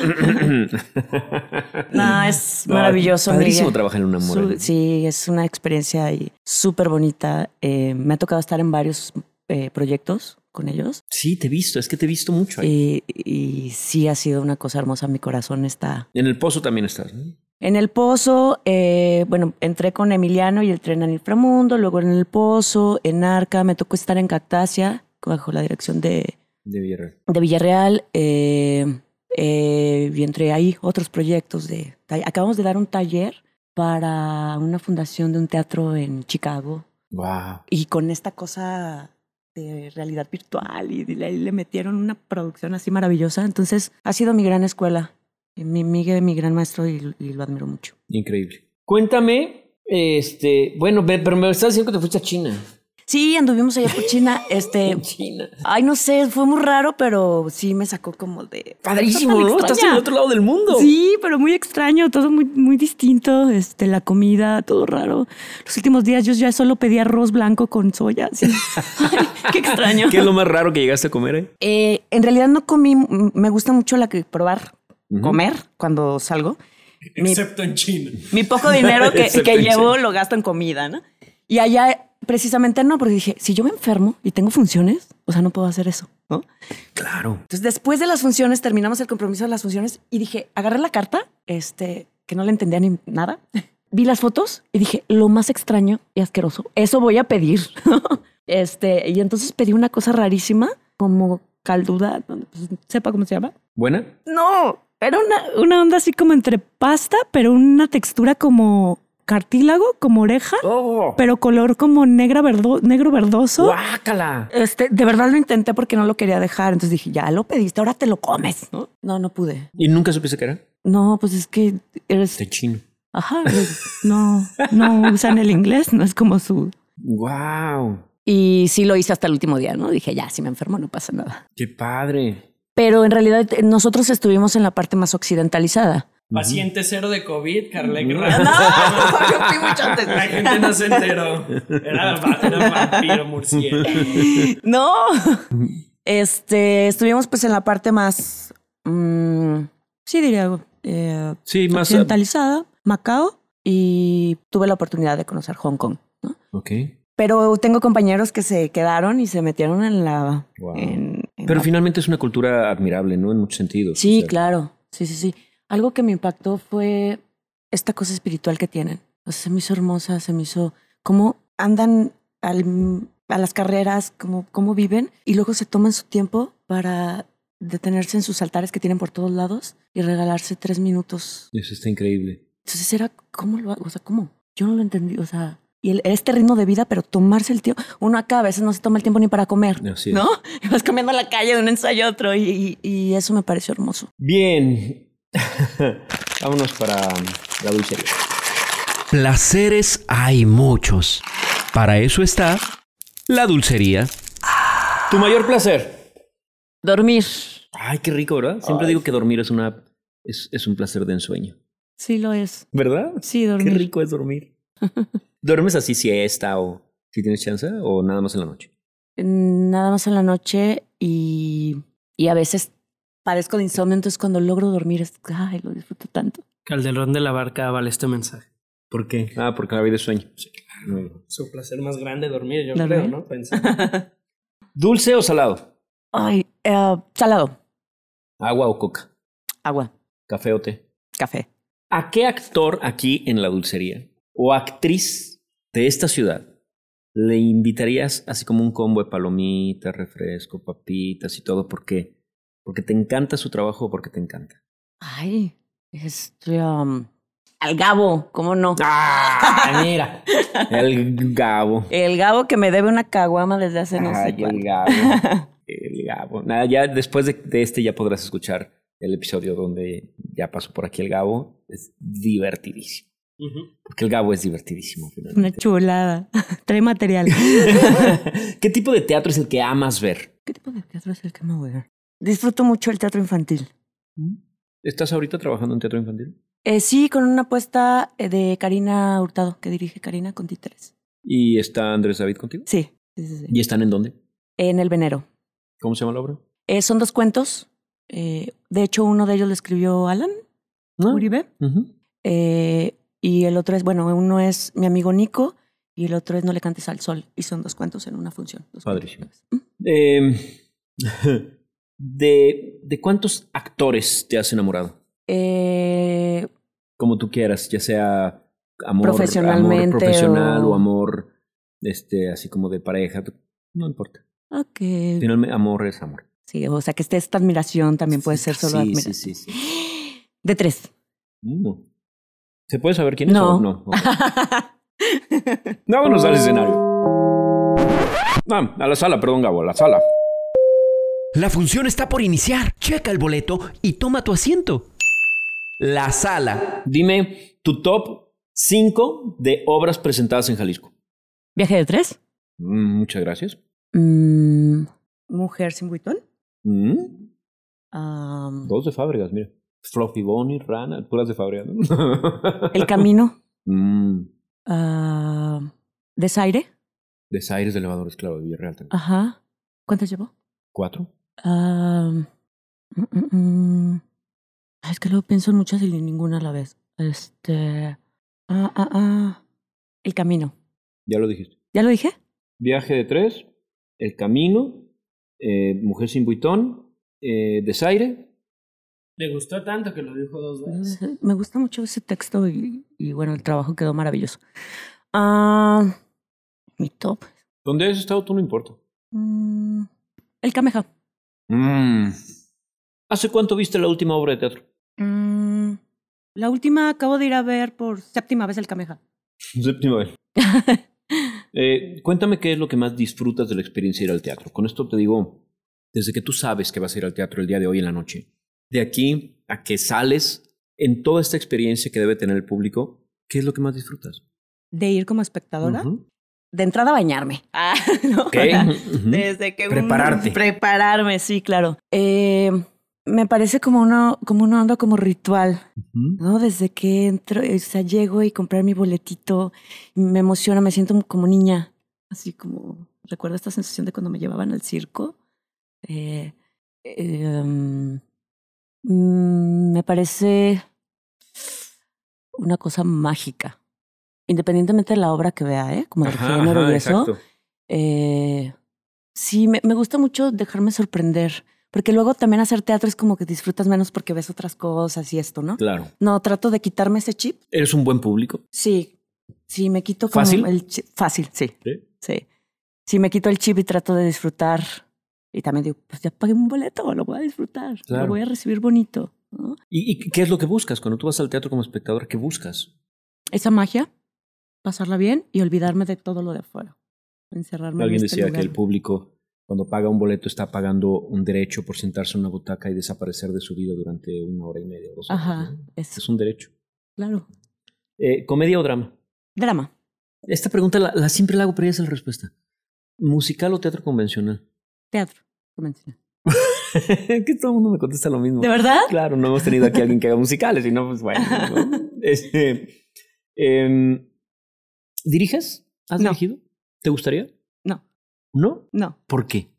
S3: No, es maravilloso,
S2: padrísimo
S3: Miguel.
S2: trabajar en una
S3: Su-
S2: muralla
S3: sí, es una experiencia y súper bonita. Eh, me ha tocado estar en varios eh, proyectos con ellos
S2: sí te he visto es que te he visto mucho ahí.
S3: y, y sí ha sido una cosa hermosa. Mi corazón está
S2: en el pozo también estás ¿no?
S3: en el pozo. eh, bueno, entré con Emiliano y el tren al inframundo, luego en el pozo, en Arca. Me tocó estar en Cactasia bajo la dirección de,
S2: de Villarreal
S3: de Villarreal. eh, eh, y entre ahí otros proyectos de... Acabamos de dar un taller para una fundación de un teatro en Chicago
S2: wow
S3: y con esta cosa de realidad virtual y le, le metieron una producción así maravillosa. Entonces ha sido mi gran escuela, y mi Miguel, mi gran maestro y, y lo admiro mucho.
S2: increíble cuéntame este bueno ve- pero me estás diciendo que te fuiste a China
S3: Sí, anduvimos allá por China, este...
S2: China
S3: Ay, no sé, fue muy raro, pero sí me sacó como de...
S2: Padrísimo,
S3: Está tan
S2: ¿no? Estás en
S3: extraña.
S2: el otro lado del mundo.
S3: Sí, pero muy extraño, todo muy, muy distinto, este, la comida, todo raro. Los últimos días yo ya solo pedía arroz blanco con soya. sí. Ay, qué extraño.
S2: ¿Qué es lo más raro que llegaste a comer? eh?
S3: Eh, en realidad no comí, m- me gusta mucho la que probar,
S2: Ujú.
S3: comer cuando salgo. Mi,
S4: Excepto en China.
S3: mi poco dinero que,
S2: Excepto
S3: que
S2: en
S3: llevo lo gasto en comida, ¿no? Y allá eh, precisamente no, porque dije, si yo me enfermo y tengo funciones, o sea, no puedo hacer eso, ¿no?
S2: Claro.
S3: Entonces, después de las funciones, terminamos el compromiso de las funciones y dije, agarré la carta, este, que no le entendía ni nada. Vi las fotos y dije, lo más extraño y asqueroso, eso voy a pedir. este, y entonces pedí una cosa rarísima, como calduda, no sepa cómo se llama.
S2: ¿Buena?
S3: No, era una, una onda así como entre pasta, pero una textura como cartílago, como oreja,
S2: ¡Oh!
S3: pero color como negra verdo- negro verdoso.
S2: ¡Guácala!
S3: Este, de verdad lo intenté porque no lo quería dejar. Entonces dije, ya lo pediste, ahora te lo comes, ¿no? No, no pude.
S2: ¿Y nunca supiste que era?
S3: No, pues es que eres.
S2: De chino.
S3: Ajá. pues, No, no usan el inglés, no es como su.
S2: ¡Wow!
S3: Y sí lo hice hasta el último día, ¿no? Dije, ya, si me enfermo, no pasa nada.
S2: ¡Qué padre!
S3: Pero en realidad eh, nosotros estuvimos en la parte más occidentalizada.
S4: Paciente cero de COVID, Carlec
S5: No,
S4: Ramos.
S5: yo fui mucho antes.
S4: La gente no se enteró. Era, va- era vampiro murciélago.
S3: No. Este, estuvimos pues en la parte más. mm, sí, diría algo. eh,
S2: Sí, más. ah,
S3: occidentalizada, Macao, y tuve la oportunidad de conocer Hong Kong. ¿no?
S2: Ok.
S3: Pero tengo compañeros que se quedaron y se metieron en la...
S2: Wow.
S3: en- en
S2: Pero
S3: la-
S2: finalmente es una cultura admirable, ¿no? En muchos sentidos.
S3: Sí,
S2: O sea,
S3: claro. Sí, sí, sí. Algo que me impactó fue esta cosa espiritual que tienen. O sea, se me hizo hermosa, se me hizo... Cómo andan al- a las carreras, cómo, cómo viven, y luego se toman su tiempo para detenerse en sus altares que tienen por todos lados y regalarse tres minutos.
S2: Eso está increíble.
S3: Entonces era, ¿cómo lo hago? O sea, ¿cómo? Yo no lo entendí, o sea... Y el- este ritmo de vida, pero tomarse el tiempo. Uno acá a veces no se toma el tiempo ni para comer,
S2: Así es.
S3: ¿no? Y vas comiendo a la calle de un ensayo a otro y- y- y eso me pareció hermoso.
S2: Bien. Vámonos para la dulcería.
S1: Placeres hay muchos. Para eso está la dulcería.
S2: Tu mayor placer.
S3: Dormir.
S2: Ay, qué rico, ¿verdad? Siempre digo que dormir es una es, es un placer de ensueño.
S3: Sí lo es.
S2: ¿Verdad?
S3: Sí,
S2: Qué
S3: dormir.
S2: rico es dormir. ¿Duermes así siesta o si tienes chance o nada más en la noche?
S3: Nada más en la noche y, y a veces padezco de insomnio, entonces cuando logro dormir es, ay, lo disfruto tanto.
S4: Calderón de la Barca vale este mensaje.
S2: ¿Por qué? Ah, porque la vida es sueño. Muy bien.
S4: Su placer más grande dormir, yo
S3: ¿Dormir?
S4: creo, ¿no? Pensé.
S2: ¿Dulce o salado?
S3: Ay, eh, salado,
S2: ¿Agua o coca?
S3: agua,
S2: ¿Café o té?
S3: café.
S2: ¿A qué actor aquí en la dulcería o actriz de esta ciudad le invitarías así como un combo de palomitas, refresco, papitas y todo? ¿Por qué? ¿Porque te encanta su trabajo o porque te encanta?
S3: Ay, este, um, al Gabo, ¿cómo no?
S2: ¡Ah! Mira. El Gabo.
S3: El Gabo que me debe una caguama desde hace no
S2: Ay, el
S3: sé cuánto.
S2: Gabo. El Gabo. Nada, ya después de, de este ya podrás escuchar el episodio donde ya pasó por aquí el Gabo. Es divertidísimo.
S4: Ujú.
S2: Porque el Gabo es divertidísimo. finalmente.
S3: Una chulada. Trae material.
S2: ¿Qué tipo de teatro es el que amas ver?
S3: ¿Qué tipo de teatro es el que me voy a ver? Disfruto mucho el teatro infantil.
S2: ¿Estás ahorita trabajando en teatro infantil?
S3: Eh, sí, con una apuesta eh, de Karina Hurtado, que dirige Karina con títeres.
S2: ¿Y está Andrés David contigo?
S3: Sí, sí, sí, sí.
S2: ¿Y están en dónde?
S3: En El Venero.
S2: ¿Cómo se llama la obra?
S3: Eh, son dos cuentos. Eh, de hecho, uno de ellos lo escribió Alan
S2: Ah,
S3: Uribe.
S2: ujú.
S3: Eh, y el otro es, bueno, uno es mi amigo Nico y el otro es No le cantes al sol. Y son dos cuentos en una función. dos cuentos. Mm.
S2: Padrísimo. Em, de, ¿De cuántos actores te has enamorado?
S3: Eh,
S2: Como tú quieras, ya sea amor,
S3: Profesionalmente
S2: amor profesional o...
S3: o-
S2: amor este, así como de pareja. tú- No importa.
S3: ok.
S2: Finalmente, amor es amor.
S3: Sí, o sea, que esté esta admiración también puede ser solo
S2: sí,
S3: admiración.
S2: sí, sí, sí.
S3: De tres.
S2: Mm. ¿Se puede saber quién es?
S3: No.
S2: o No, Ok. Vámonos al escenario.
S3: Oh.
S2: Ah, a la sala, perdón, Gabo, a la sala.
S1: La función está por iniciar. Checa el boleto y toma tu asiento. La sala.
S2: Dime tu top 5 de obras presentadas en Jalisco.
S3: ¿Viaje de tres?
S2: Mm, muchas gracias.
S3: Mm, Mujer sin buitón.
S2: Mm,
S3: Am,
S2: dos de Fábregas, mira. Fluffy Bonnie, Rana, puras de Fábregas. ¿no?
S3: el camino.
S2: Mm,
S3: ah, desaire.
S2: Desaires de elevadores, claro, de Villarreal también.
S3: Ajá. ¿Cuántas llevó?
S2: ¿Cuatro?
S3: Am, mm, mm, mm. Ay, Es que luego pienso en muchas y en ninguna a la vez. Este. ah, ah, ah. El camino.
S2: Ya lo dijiste.
S3: ¿Ya lo dije?
S2: Viaje de tres, El Camino, eh, Mujer sin Buitón, eh, Desaire.
S4: Le gustó tanto que lo dijo dos
S2: Pues.
S4: veces.
S3: Me gusta mucho ese texto y, y, bueno, el trabajo quedó maravilloso. Ah, mi top.
S2: Donde has estado tú no importa.
S3: Mm, el Cameja.
S2: Mm. ¿Hace cuánto viste la última obra de teatro?
S3: Mm, la última acabo de ir a ver por séptima vez el Cameja.
S2: Séptima vez. Eh, cuéntame qué es lo que más disfrutas de la experiencia de ir al teatro. Con esto te digo, desde que tú sabes que vas a ir al teatro el día de hoy en la noche, de aquí a que sales en toda esta experiencia que debe tener el público, ¿qué es lo que más disfrutas?
S3: de ir como espectadora.
S2: Ujú.
S3: De entrada bañarme. Ah, no,
S2: Ok.
S3: o sea,
S2: Ujú.
S3: desde que un-
S2: Prepararte.
S3: prepararme, sí, claro. Eh, me parece como uno, como un onda como ritual,
S2: Ujú.
S3: ¿no? Desde que entro, eh, o sea, llego y comprar mi boletito, me emociona, me siento como niña, así como recuerdo esta sensación de cuando me llevaban al circo. Eh, eh, mm, mm, me parece una cosa mágica, independientemente de la obra que vea, ¿eh? Como del
S2: Ajá,
S3: género
S2: ajá,
S3: y eso.
S2: exacto.
S3: Eh, sí, me, me gusta mucho dejarme sorprender, porque luego también hacer teatro es como que disfrutas menos porque ves otras cosas y esto, ¿no?
S2: Claro.
S3: No, trato de quitarme ese chip.
S2: ¿Eres un buen público?
S3: Sí, sí, me quito como
S2: ¿Fácil?
S3: el chip. Fácil, sí.
S2: ¿Sí?
S3: Sí. Sí, me quito el chip y trato de disfrutar Y también digo, pues ya pagué un boleto, lo voy a disfrutar,
S2: Claro.
S3: lo voy a recibir bonito. ¿no?
S2: ¿Y, y qué es lo que buscas? Cuando tú vas al teatro como espectador, ¿qué buscas?
S3: Esa magia, pasarla bien y olvidarme de todo lo de afuera. Encerrarme
S2: Alguien
S3: en este
S2: decía
S3: lugar.
S2: que el público, cuando paga un boleto, está pagando un derecho por sentarse en una butaca y desaparecer de su vida durante una hora y media. Dos horas,
S3: Ajá,
S2: ¿no?
S3: eso,
S2: Es un derecho.
S3: claro.
S2: Eh, ¿Comedia o drama?
S3: Drama.
S2: Esta pregunta la, la siempre la hago, pero ya es la respuesta. ¿Musical o teatro convencional?
S3: Teatro. convencional.
S2: que todo el mundo me contesta lo mismo.
S3: ¿De verdad?
S2: Claro, no hemos tenido aquí a alguien que haga musicales, y no, pues bueno. ¿no? Este, em, ¿Diriges? ¿Has
S3: No.
S2: dirigido? ¿Te gustaría?
S3: No.
S2: ¿No?
S3: No.
S2: ¿Por qué?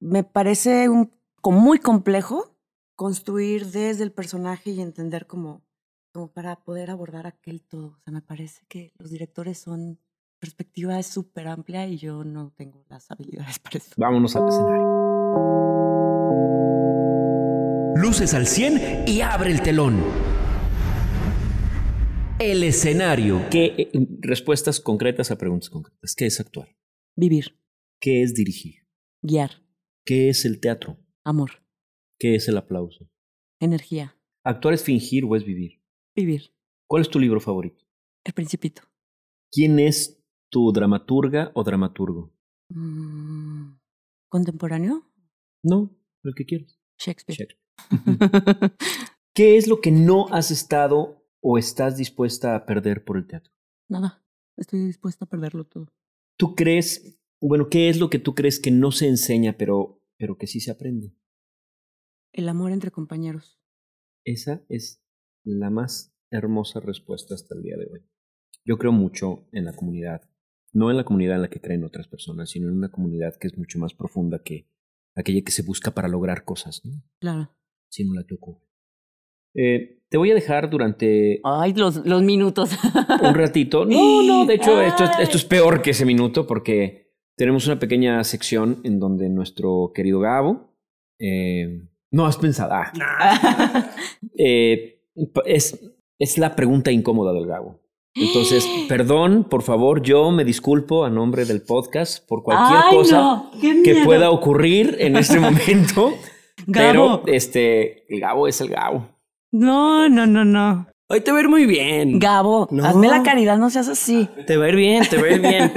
S5: Me parece un, co- muy complejo construir desde el personaje y entender como, como para poder abordar aquel todo. O sea, me parece que los directores son perspectiva es súper amplia y yo no tengo las habilidades para eso.
S2: Vámonos al escenario.
S1: Luces al 100 y abre el telón. El escenario.
S2: ¿Qué eh, respuestas concretas a preguntas concretas? ¿Qué es actuar?
S3: Vivir,
S2: ¿Qué es dirigir?
S3: guiar,
S2: ¿Qué es el teatro?
S3: amor,
S2: ¿Qué es el aplauso?
S3: energía,
S2: ¿Actuar es fingir o es vivir?
S3: vivir,
S2: ¿Cuál es tu libro favorito?
S3: el principito.
S2: ¿Quién es tu dramaturga o dramaturgo?
S3: Mm, Contemporáneo,
S2: No, el que quieras.
S3: Shakespeare.
S2: ¿Qué es lo que no has estado o estás dispuesta a perder por el teatro?
S3: Nada, estoy dispuesta a perderlo todo.
S2: ¿Tú crees, bueno, qué es lo que tú crees que no se enseña, pero, pero que sí se aprende?
S3: El amor entre compañeros.
S2: Esa es la más hermosa respuesta hasta el día de hoy. Yo creo mucho en la comunidad, no en la comunidad en la que creen otras personas, sino en una comunidad que es mucho más profunda que aquella que se busca para lograr cosas, ¿no?
S3: Claro.
S2: sino la que ocurre. Eh, te voy a dejar durante
S3: Ay, los, los minutos.
S2: un ratito. No, no, de hecho, esto, es-
S3: Ay.
S2: esto es peor que ese minuto porque tenemos una pequeña sección en donde nuestro querido Gabo. eh, no has pensado. ah, eh, es, es la pregunta incómoda del Gabo. Entonces, perdón, por favor, yo me disculpo a nombre del podcast por cualquier
S3: Ay,
S2: cosa
S3: no, qué
S2: que
S3: miedo.
S2: pueda ocurrir en este momento. Pero
S3: Gabo.
S2: este, el Gabo es el Gabo.
S3: No, no, no, no.
S4: Hoy te va a ir muy bien.
S5: Gabo,
S4: No.
S5: hazme la caridad, no seas así.
S4: Te va a ir bien, te va a ir bien.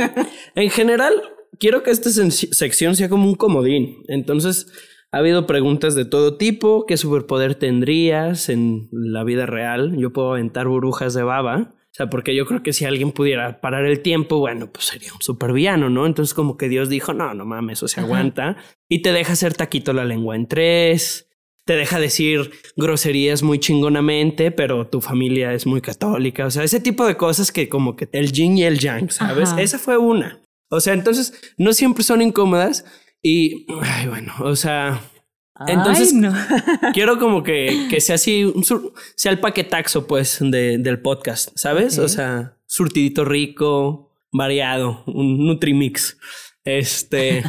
S4: en general, quiero que esta sen- sección sea como un comodín. Entonces, ha habido preguntas de todo tipo. ¿Qué superpoder tendrías en la vida real? Yo puedo aventar burbujas de baba. O sea, porque yo creo que si alguien pudiera parar el tiempo, bueno, pues sería un supervillano, ¿no? Entonces como que Dios dijo, no, no mames, eso se aguanta. Y te deja hacer taquito la lengua en tres. Te deja decir groserías muy chingonamente, pero tu familia es muy católica. O sea, ese tipo de cosas que como que el yin y el yang, ¿sabes?
S3: Ajá.
S4: Esa fue una. O sea, entonces no siempre son incómodas y, ay, bueno, o sea, Entonces-
S3: Ay, no.
S4: Quiero como que, que sea así, un sur- sea el paquetaxo, pues, de- del podcast, ¿sabes? O
S3: Ok.
S4: sea, surtidito rico, variado, un Nutrimix. Este.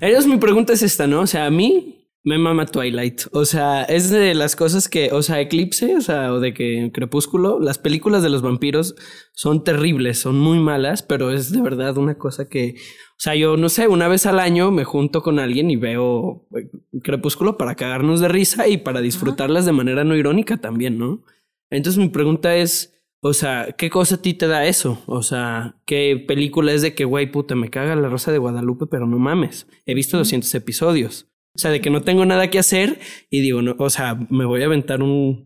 S4: ellos, mi pregunta es esta, ¿no? O sea, a mí me mama Twilight. O sea, es de las cosas que, o sea, Eclipse, o sea, o de que Crepúsculo, las películas de los vampiros son terribles, son muy malas, pero es de verdad una cosa que. O sea, yo no sé, una vez al año me junto con alguien y veo eh, Crepúsculo para cagarnos de risa y para disfrutarlas de manera no irónica también, ¿no? Entonces mi pregunta es, o sea, ¿qué cosa a ti te da eso? O sea, ¿qué película es de que, güey, puta, me caga la Rosa de Guadalupe, pero no mames? He visto 200 episodios. O sea, de que no tengo nada que hacer y digo, no, o sea, me voy a aventar un,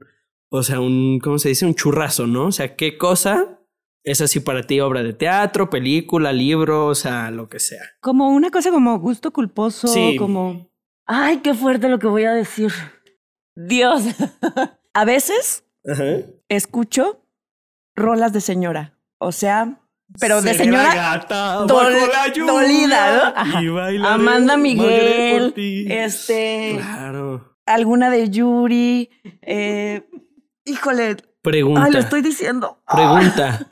S4: o sea, un, ¿cómo se dice? Un churrazo, ¿no? O sea, ¿qué cosa es así para ti? Obra de teatro, película, libro, o sea, lo que sea.
S3: Como una cosa como gusto culposo,
S4: Sí.
S3: como... Ay, qué fuerte lo que voy a decir. Dios.
S5: A veces escucho rolas de señora. O sea, pero de señora dol- dolida, ¿no? Ajá. Amanda Miguel, este,
S4: Claro.
S5: alguna de Yuri. eh, híjole,
S3: ah,
S4: Pregunta.
S5: ay, lo estoy diciendo.
S4: Pregunta.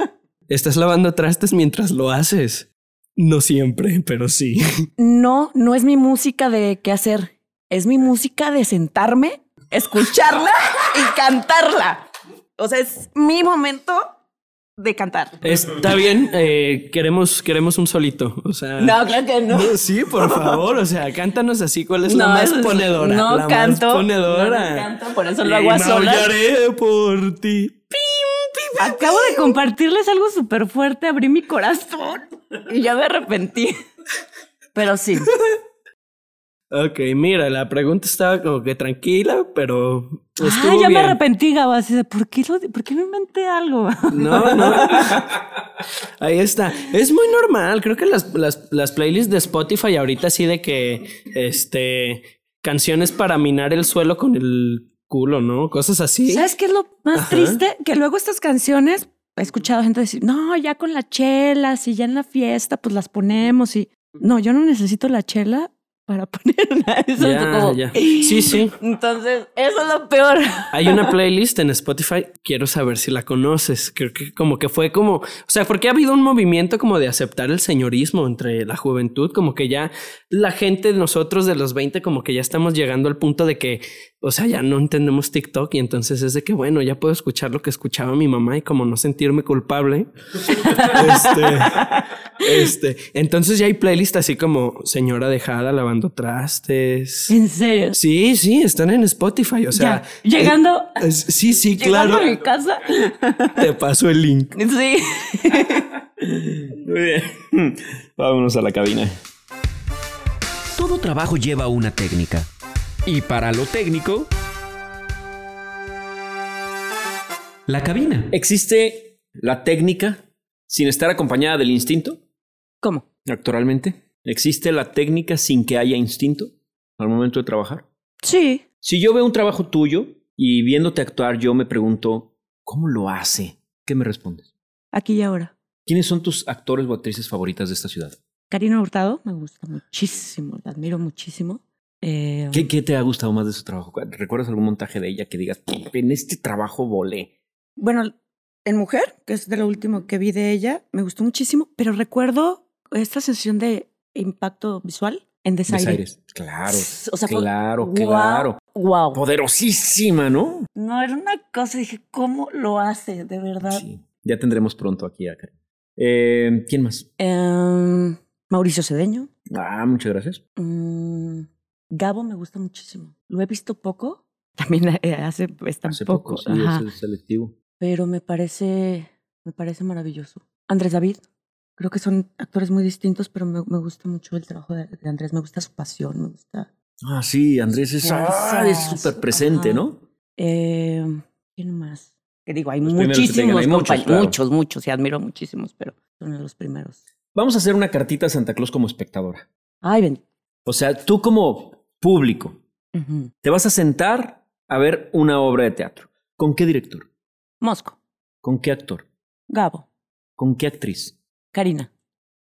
S4: ¿Estás lavando trastes mientras lo haces? No siempre, pero sí.
S5: No, no es mi música de qué hacer. Es mi música de sentarme, escucharla y cantarla. O sea, es mi momento de cantar.
S4: Está bien, eh, queremos, queremos un solito. O sea.
S5: No, claro que no.
S4: Sí, por favor, o sea, cántanos así cuál es la
S5: No,
S4: más
S5: eso es-
S4: ponedora.
S5: no
S4: la
S5: canto,
S4: Más ponedora.
S5: no canto, por eso lo hago a
S4: Y
S5: solas.
S4: maullaré por ti.
S3: Acabo de compartirles algo súper fuerte, abrí mi corazón y ya me arrepentí.
S5: Pero sí.
S4: Ok, mira, la pregunta estaba como que tranquila, pero.
S3: Ah,
S4: estuvo
S3: ya me
S4: bien.
S3: arrepentí, Gabo. Así de, ¿por qué, lo, ¿por qué me inventé algo?
S4: No, no. Ahí está. Es muy normal. Creo que las, las, las playlists de Spotify ahorita sí de que este canciones para minar el suelo con el culo, ¿no? Cosas así.
S3: ¿Sabes qué es lo más triste? Que luego estas canciones, he escuchado gente decir, no, ya con las chelas y ya en la fiesta, pues las ponemos y... No, yo no necesito la chela para ponerla. Eso es
S4: Ya,
S3: como-
S4: ya. Sí, sí.
S5: Entonces, eso es lo peor.
S4: Hay una playlist en Spotify, quiero saber si la conoces. Creo que como que fue como, o sea, porque ha habido un movimiento como de aceptar el señorismo entre la juventud, como que ya la gente, nosotros de los 20, como que ya estamos llegando al punto de que, o sea, ya no entendemos TikTok y entonces es de que, bueno, ya puedo escuchar lo que escuchaba mi mamá y como no sentirme culpable. este, este, entonces ya hay playlists así como señora dejada lavando trastes.
S3: En serio.
S4: Sí, sí, están en Spotify, o sea,
S3: ya. Llegando,
S4: eh, Sí, sí,
S3: llegando
S4: claro.
S3: a mi casa.
S4: Te paso el link.
S3: Sí.
S2: Muy bien. Vámonos a la cabina.
S1: Todo trabajo lleva una técnica. Y para lo técnico... La cabina.
S2: ¿Existe la técnica sin estar acompañada del instinto?
S3: ¿Cómo?
S2: Actualmente. ¿Existe la técnica sin que haya instinto al momento de trabajar?
S3: Sí.
S2: Si yo veo un trabajo tuyo y viéndote actuar, yo me pregunto, ¿cómo lo hace? ¿Qué me respondes?
S3: Aquí y ahora.
S2: ¿Quiénes son tus actores o actrices favoritas de esta ciudad?
S3: Karina Hurtado me gusta muchísimo, la admiro muchísimo. Eh,
S2: ¿Qué, qué te ha gustado más de su trabajo? ¿Recuerdas algún montaje de ella que digas, "Pum, en este trabajo volé?
S5: Bueno, en mujer, que es de lo último que vi de ella, me gustó muchísimo, pero recuerdo esta sensación de impacto visual en Desaire.
S2: Desaires. Claro.
S5: O sea, fue-
S2: claro,
S5: guau,
S2: claro.
S5: Wow.
S2: Poderosísima, ¿no?
S5: No, era una cosa, dije, ¿cómo lo hace? De verdad.
S2: Sí. Ya tendremos pronto aquí a Karen. Eh, ¿Quién más?
S3: em,
S5: Mauricio Cedeño.
S2: Ah, muchas gracias.
S5: mm, Gabo me gusta muchísimo.
S3: lo he visto poco. También eh, hace, pues,
S2: Hace poco,
S3: tampoco.
S2: sí,
S3: ajá.
S2: es el selectivo.
S5: Pero me parece, me parece maravilloso. Andrés David. Creo que son actores muy distintos, pero me, me gusta mucho el trabajo de, de Andrés. Me gusta su pasión, me gusta.
S2: Ah, sí, Andrés es ah, es
S5: Fuerzas.
S2: súper presente,
S5: Ajá.
S2: ¿no?
S5: Eh, ¿Quién más? Que digo, hay
S2: Los primeros que te llegan,
S5: muchísimos,
S2: hay muchos,
S5: compañ-
S2: claro.
S5: muchos, muchos, y admiro muchísimos, pero son de los primeros.
S2: Vamos a hacer una cartita a Santa Claus como espectadora.
S5: Ay, ven.
S2: O sea, tú como público,
S5: Ujú.
S2: te vas a sentar a ver una obra de teatro. ¿Con qué director?
S5: Mosco,
S2: ¿Con qué actor?
S5: Gabo,
S2: ¿Con qué actriz?
S5: Karina,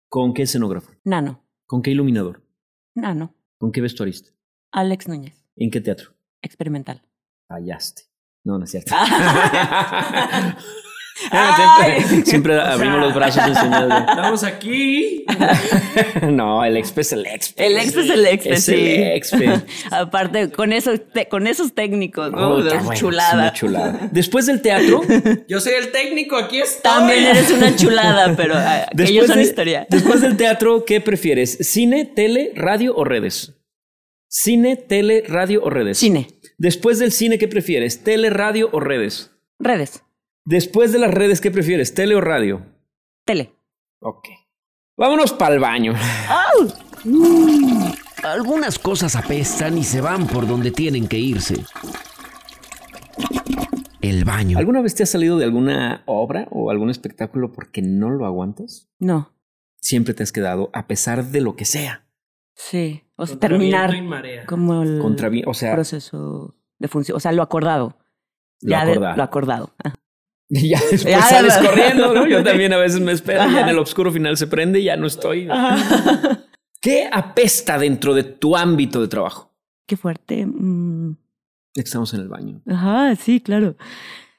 S2: ¿Con qué escenógrafo?
S5: Nano,
S2: ¿Con qué iluminador?
S5: Nano,
S2: ¿Con qué vestuarista?
S5: Alex Núñez,
S2: ¿En qué teatro?
S5: experimental.
S2: Fallaste. No, no es cierto. Siempre- Siempre abrimos los brazos en señal de-
S4: Estamos aquí.
S2: No, el expe es el expe.
S5: El expe es el expe,
S2: Es el
S5: sí.
S2: expe.
S5: Aparte, con esos, te- con esos técnicos, ¿no?
S2: Oh, está
S5: Es
S2: bueno, es
S5: chulada.
S2: una chulada. Después del teatro,
S4: Yo soy el técnico, aquí estoy.
S5: También eres una chulada, pero ah, aquellos
S2: después,
S5: son
S2: de-
S5: historia.
S2: después del teatro, ¿qué prefieres? ¿Cine, tele, radio o redes? Cine, tele, radio o redes.
S5: Cine,
S2: Después del cine, ¿qué prefieres? ¿Tele, radio o redes?
S5: redes,
S2: Después de las redes, ¿qué prefieres? ¿Tele o radio?
S5: tele.
S2: Ok. Vámonos para el baño.
S1: Algunas cosas apestan y se van por donde tienen que irse. El baño.
S2: ¿Alguna vez te has salido de alguna obra o algún espectáculo porque no lo aguantas?
S5: No,
S2: Siempre te has quedado a pesar de lo que sea.
S5: sí. O sea, terminar como el
S2: Contra, vi- o sea,
S5: proceso de función. O sea, lo acordado.
S2: lo
S5: ya de-
S2: acordado.
S5: lo acordado.
S2: Y ya después
S5: Ya,
S2: sales
S5: ya.
S2: corriendo, ¿no? Yo también a veces me espero, ya en el oscuro final se prende y ya no estoy. ¿Qué apesta dentro de tu ámbito de trabajo?
S3: Qué fuerte. mm,
S2: Estamos en el baño.
S3: Ajá, sí, claro.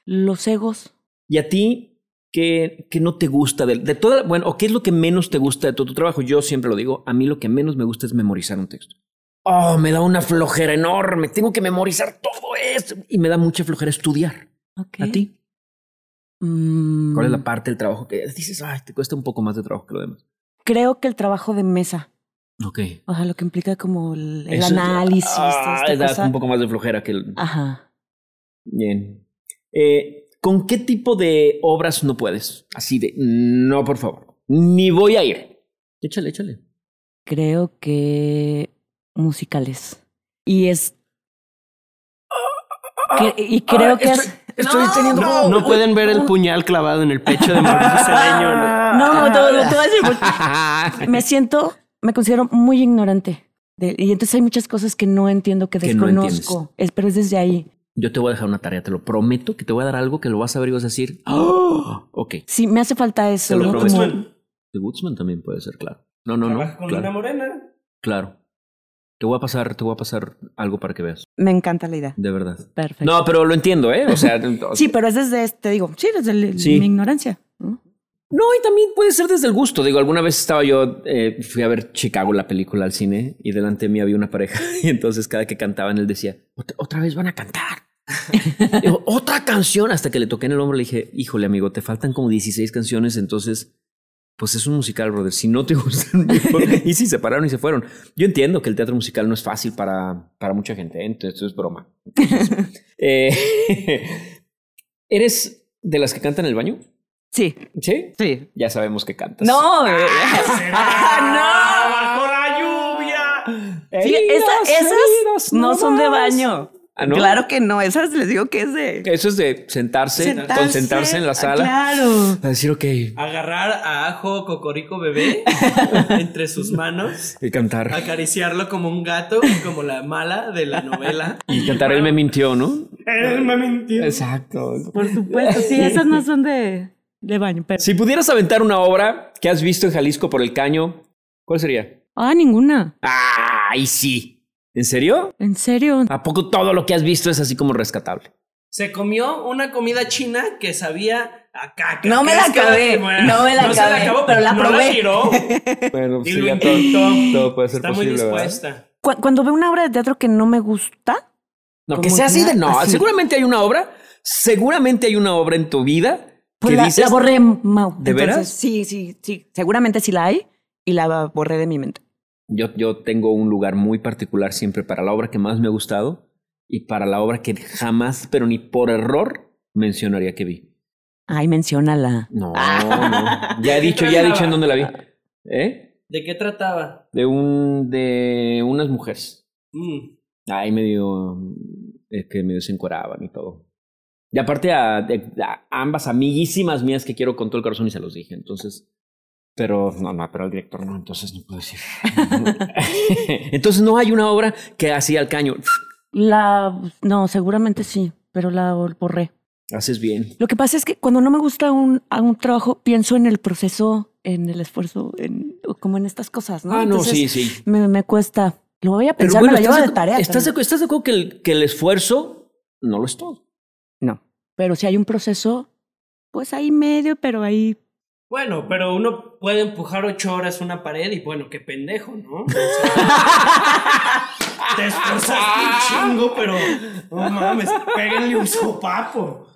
S5: Los egos.
S2: ¿Y a ti qué, qué no te gusta de, de toda, bueno, o qué es lo que menos te gusta de todo tu trabajo? Yo siempre lo digo, a mí lo que menos me gusta es memorizar un texto. Oh, me da una flojera enorme, tengo que memorizar todo esto y me da mucha flojera estudiar.
S5: Ok.
S2: ¿A ti?
S3: Mm,
S2: ¿Cuál es la parte del trabajo que dices, ay, te cuesta un poco más de trabajo que lo demás?
S5: Creo que el trabajo de mesa,
S2: Ok.
S5: o sea, lo que implica como el, el
S2: Eso-
S5: análisis,
S2: Ah,
S5: esta
S2: da
S5: cosa. Ah.
S2: un poco más de flojera que el...
S5: Ajá.
S2: Bien. Eh, ¿Con qué tipo de obras no puedes? Así de, no, por favor, ni voy a ir. Échale, échale.
S3: Creo que musicales. Y es. que- y creo que es.
S2: Estoy teniendo...
S4: No, no pueden ver el puñal clavado en el pecho de Mauricio
S2: Ah.
S4: Cedeño. ¿no?
S3: No, no, te, lo- te voy a decir porque me siento, me considero muy ignorante. de- y entonces hay muchas cosas que no entiendo, que
S2: Que no entiendes.
S3: desconozco. es, pero es desde ahí.
S2: Yo te voy a dejar una tarea, te lo prometo, que te voy a dar algo que lo vas a ver y vas a decir, "Ah, ok.
S3: Sí, me hace falta eso.
S2: Te lo
S3: ¿no?
S4: Pues
S2: prometo.
S3: Como-
S2: The Woodsman también puede ser, claro. No, no, no. Claro,
S4: morena.
S2: claro. Te voy a pasar, te voy a pasar algo para que veas,
S5: Me encanta la idea.
S2: de verdad.
S3: Perfecto.
S2: No, pero lo entiendo, ¿eh? O sea,
S5: Sí, pero es desde, este, digo, sí, desde el-
S2: Sí.
S5: mi ignorancia. ¿no?
S2: No, y también puede ser desde el gusto. Digo, alguna vez estaba yo, eh, fui a ver Chicago, la película al cine, y delante de mí había una pareja, y entonces cada que cantaban él decía, "Ot- otra vez van a cantar. Digo, otra canción, hasta que le toqué en el hombro, le dije, híjole amigo, te faltan como 16 canciones, entonces, pues es un musical, brother, si no te gustan, mejor". y sí, se pararon y se fueron. Yo entiendo que el teatro musical no es fácil para, para mucha gente, ¿eh? entonces esto es broma. Entonces, eh, ¿Eres de las que cantan en el baño?
S3: Sí,
S2: Sí. Ah,
S3: sí.
S2: Ya sabemos que cantas.
S3: No, bebé.
S2: ¡Bajo la lluvia!
S3: Sí, esa- esas no son de baño.
S2: Ah, ¿no?
S5: Claro que no, esas les digo que es de
S2: Eso es de sentarse, concentrarse en la
S4: ah,
S2: sala.
S5: Claro.
S2: A decir, ok,
S4: Agarrar a Ajo Cocorico Bebé entre sus manos.
S2: y cantar.
S4: Acariciarlo como un gato, como la mala de la novela.
S2: Y cantar, él me mintió, ¿no?
S4: Él me mintió.
S2: Exacto.
S5: Por supuesto, sí, esas no son de, de baño, pero.
S2: Si pudieras aventar una obra que has visto en Jalisco por el caño, ¿cuál sería?
S3: Ah, ninguna.
S2: ¡Ay, sí! ¿En serio?
S3: En serio.
S2: ¿A poco todo lo que has visto es así como rescatable?
S4: Se comió una comida china que sabía a caca.
S5: No me la
S4: Es que-
S5: acabé,
S4: bueno,
S5: no me la
S4: se
S5: acabé,
S4: acabó,
S5: pero la
S4: no
S5: probé.
S4: tiró,
S2: Bueno,
S4: y
S2: sí,
S4: lo
S2: ya todo-
S4: intentó.
S2: todo puede ser
S4: Está muy
S2: posible, ¿verdad?
S4: dispuesta.
S5: Cu- cuando veo una obra de teatro que no me gusta,
S2: No,
S5: Como
S2: que sea así
S5: que
S2: de no.
S5: así.
S2: Seguramente hay una obra, seguramente hay una obra en tu vida
S3: Pues
S2: que
S3: la,
S2: dices.
S3: la borré, Mau.
S2: ¿De veras?
S5: sí, sí, sí, seguramente sí la hay y la borré de mi mente.
S2: Yo, yo tengo un lugar muy particular siempre para la obra que más me ha gustado y para la obra que jamás, pero ni por error, mencionaría que vi.
S5: Ay, menciónala.
S2: No, no. Ya he dicho, ya he dicho en dónde la vi. ¿Eh?
S4: ¿De qué trataba?
S2: De un. de unas mujeres.
S4: Mm.
S2: Ahí medio. Es que medio se encueraban y todo. Y aparte a, a ambas amiguísimas mías que quiero con todo el corazón y se los dije. Entonces. Pero no, no, pero el director no, entonces no puedo decir. entonces no hay una obra que así al caño.
S3: La. No, seguramente sí, pero la borré.
S2: Haces bien.
S3: Lo que pasa es que cuando no me gusta un, a un trabajo, pienso en el proceso, en el esfuerzo, en, como en estas cosas, ¿no?
S2: Ah, no,
S3: Entonces,
S2: sí, sí.
S3: Me, me cuesta. Lo voy a
S2: Pero
S3: pensar,
S2: bueno,
S3: me lo llevo
S2: estás
S3: de
S2: acu-
S3: tarea.
S2: Estás,
S3: también.
S2: acu- estás de acuerdo que el, que el esfuerzo no lo es todo.
S3: Pero si hay un proceso, pues ahí medio, pero ahí.
S4: Bueno, pero uno puede empujar ocho horas una pared y bueno, qué pendejo, ¿no? O sea, te esforzaste un chingo, pero no mames, péguenle un sopapo.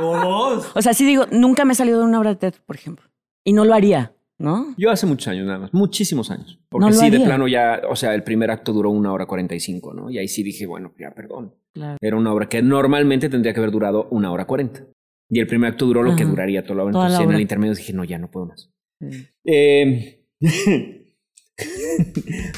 S4: O dos.
S3: O sea, sí digo, nunca me he salido de una obra de teatro, por ejemplo. Y no lo haría, ¿no?
S2: Yo hace muchos años nada más, muchísimos años.
S3: No
S2: Porque
S3: lo
S2: sí, de
S3: haría.
S2: plano ya, o sea, el primer acto duró una hora cuarenta y cinco, ¿no? Y ahí sí dije, bueno, ya perdón.
S3: Claro.
S2: Era una obra que normalmente tendría que haber durado una hora cuarenta. Y el primer acto duró lo que
S3: Ajá.
S2: duraría toda la hora.
S3: Toda la
S2: Entonces en
S3: hora.
S2: el intermedio dije, no, ya no puedo más.
S3: Sí.
S2: Eh,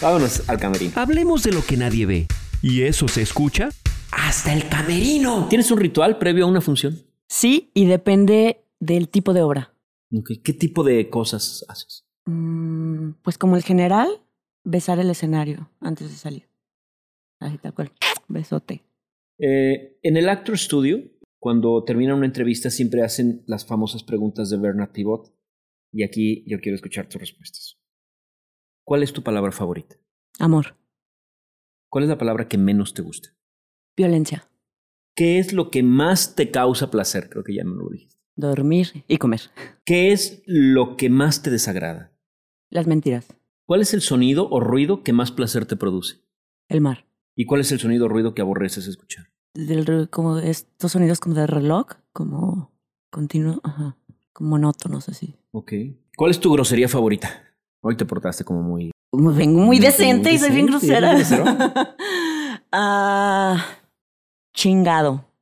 S2: Vámonos al camerino.
S1: Hablemos de lo que nadie ve. ¿Y eso se escucha? ¡Hasta el camerino!
S2: ¿Tienes un ritual previo a una función?
S3: Sí, y depende del tipo de obra.
S2: Ok, ¿Qué tipo de cosas haces?
S3: Mm, pues como el general, besar el escenario antes de salir. Así tal cual. Besote.
S2: Eh, en el Actor Studio, cuando termina una entrevista, siempre hacen las famosas preguntas de Bernard Pivot. Y aquí yo quiero escuchar tus respuestas. ¿Cuál es tu palabra favorita?
S3: Amor.
S2: ¿Cuál es la palabra que menos te gusta?
S3: Violencia.
S2: ¿Qué es lo que más te causa placer? Creo que ya me lo dijiste.
S3: Dormir y comer.
S2: ¿Qué es lo que más te desagrada?
S3: Las mentiras.
S2: ¿Cuál es el sonido o ruido que más placer te produce?
S3: El mar.
S2: ¿Y cuál es el sonido o ruido que aborreces escuchar?
S3: Del, ru- como estos sonidos como de reloj, como continuo, ajá, como monótonos así.
S2: Ok. ¿Cuál es tu grosería favorita? Hoy te portaste como muy...
S3: Como Vengo muy
S2: Muy
S3: decente y soy bien
S2: decente,
S3: grosera.
S2: ¿eres grosero?
S3: ah, chingado.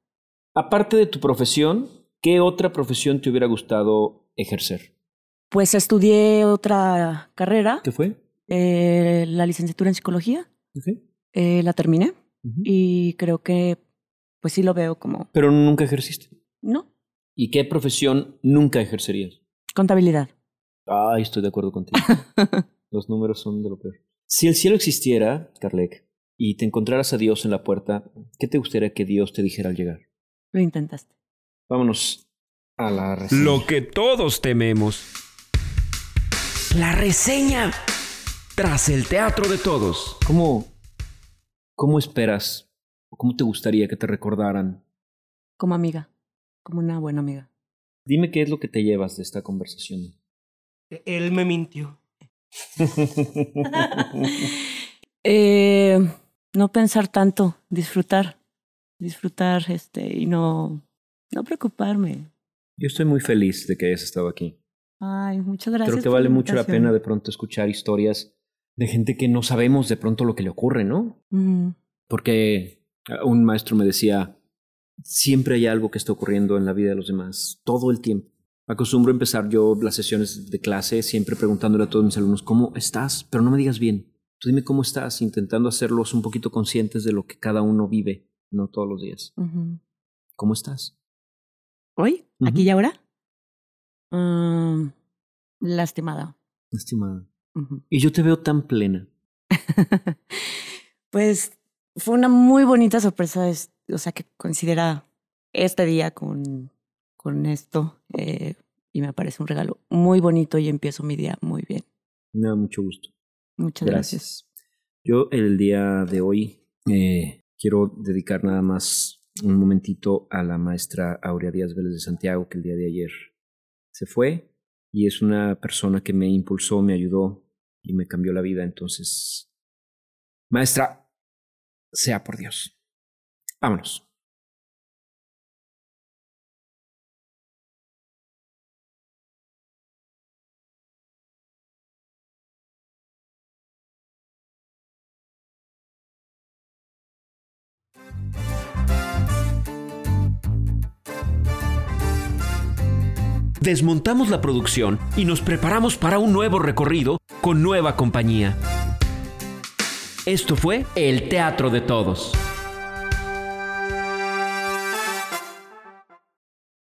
S2: Aparte de tu profesión, ¿qué otra profesión te hubiera gustado ejercer?
S3: Pues estudié otra carrera,
S2: ¿Qué fue?
S3: eh, la licenciatura en psicología,
S2: Ok.
S3: eh, la terminé
S2: Ujú.
S3: y creo que pues sí lo veo como,
S2: Pero nunca ejerciste.
S3: ¿no?
S2: ¿Y qué profesión nunca ejercerías?
S3: Contabilidad.
S2: Ay, estoy de acuerdo contigo. Los números son de lo peor. Si el cielo existiera, Carlec, y te encontraras a Dios en la puerta, ¿qué te gustaría que Dios te dijera al llegar?
S3: Lo intentaste.
S2: Vámonos a la reseña.
S1: Lo que todos tememos. La reseña. Tras el teatro de todos.
S2: ¿Cómo, ¿Cómo esperas o cómo te gustaría que te recordaran?
S3: Como amiga, como una buena amiga.
S2: Dime qué es lo que te llevas de esta conversación.
S4: Él me mintió.
S3: Eh, no pensar tanto, disfrutar, disfrutar este y no, no preocuparme.
S2: Yo estoy muy feliz de que hayas estado aquí.
S3: Ay, muchas gracias.
S2: Creo que
S3: por
S2: vale mucho la
S3: invitación.
S2: pena de pronto escuchar historias de gente que no sabemos de pronto lo que le ocurre, ¿no?
S3: Ujú.
S2: Porque eh, un maestro me decía, siempre hay algo que está ocurriendo en la vida de los demás, todo el tiempo. Acostumbro empezar yo las sesiones de clase siempre preguntándole a todos mis alumnos, ¿cómo estás? Pero no me digas bien. Tú dime cómo estás, intentando hacerlos un poquito conscientes de lo que cada uno vive, no todos los días.
S3: Ujú.
S2: ¿Cómo estás?
S3: ¿Hoy?
S2: Ujú.
S3: ¿Aquí y ahora? Mm, lastimada.
S2: Estimada.
S3: Ujú.
S2: Y yo te veo tan plena.
S3: Pues fue una muy bonita sorpresa, es- o sea, que considera este día con, con esto eh, y me parece un regalo muy bonito y empiezo mi día muy bien.
S2: Me da mucho gusto.
S3: Muchas gracias.
S2: Yo el día de hoy eh, quiero dedicar nada más un momentito a la maestra Aurea Díaz Vélez de Santiago, que el día de ayer se fue y es una persona que me impulsó, me ayudó y me cambió la vida. Entonces, maestra, sea por Dios. Vámonos.
S1: Desmontamos la producción y nos preparamos para un nuevo recorrido con nueva compañía. Esto fue El Teatro de Todos.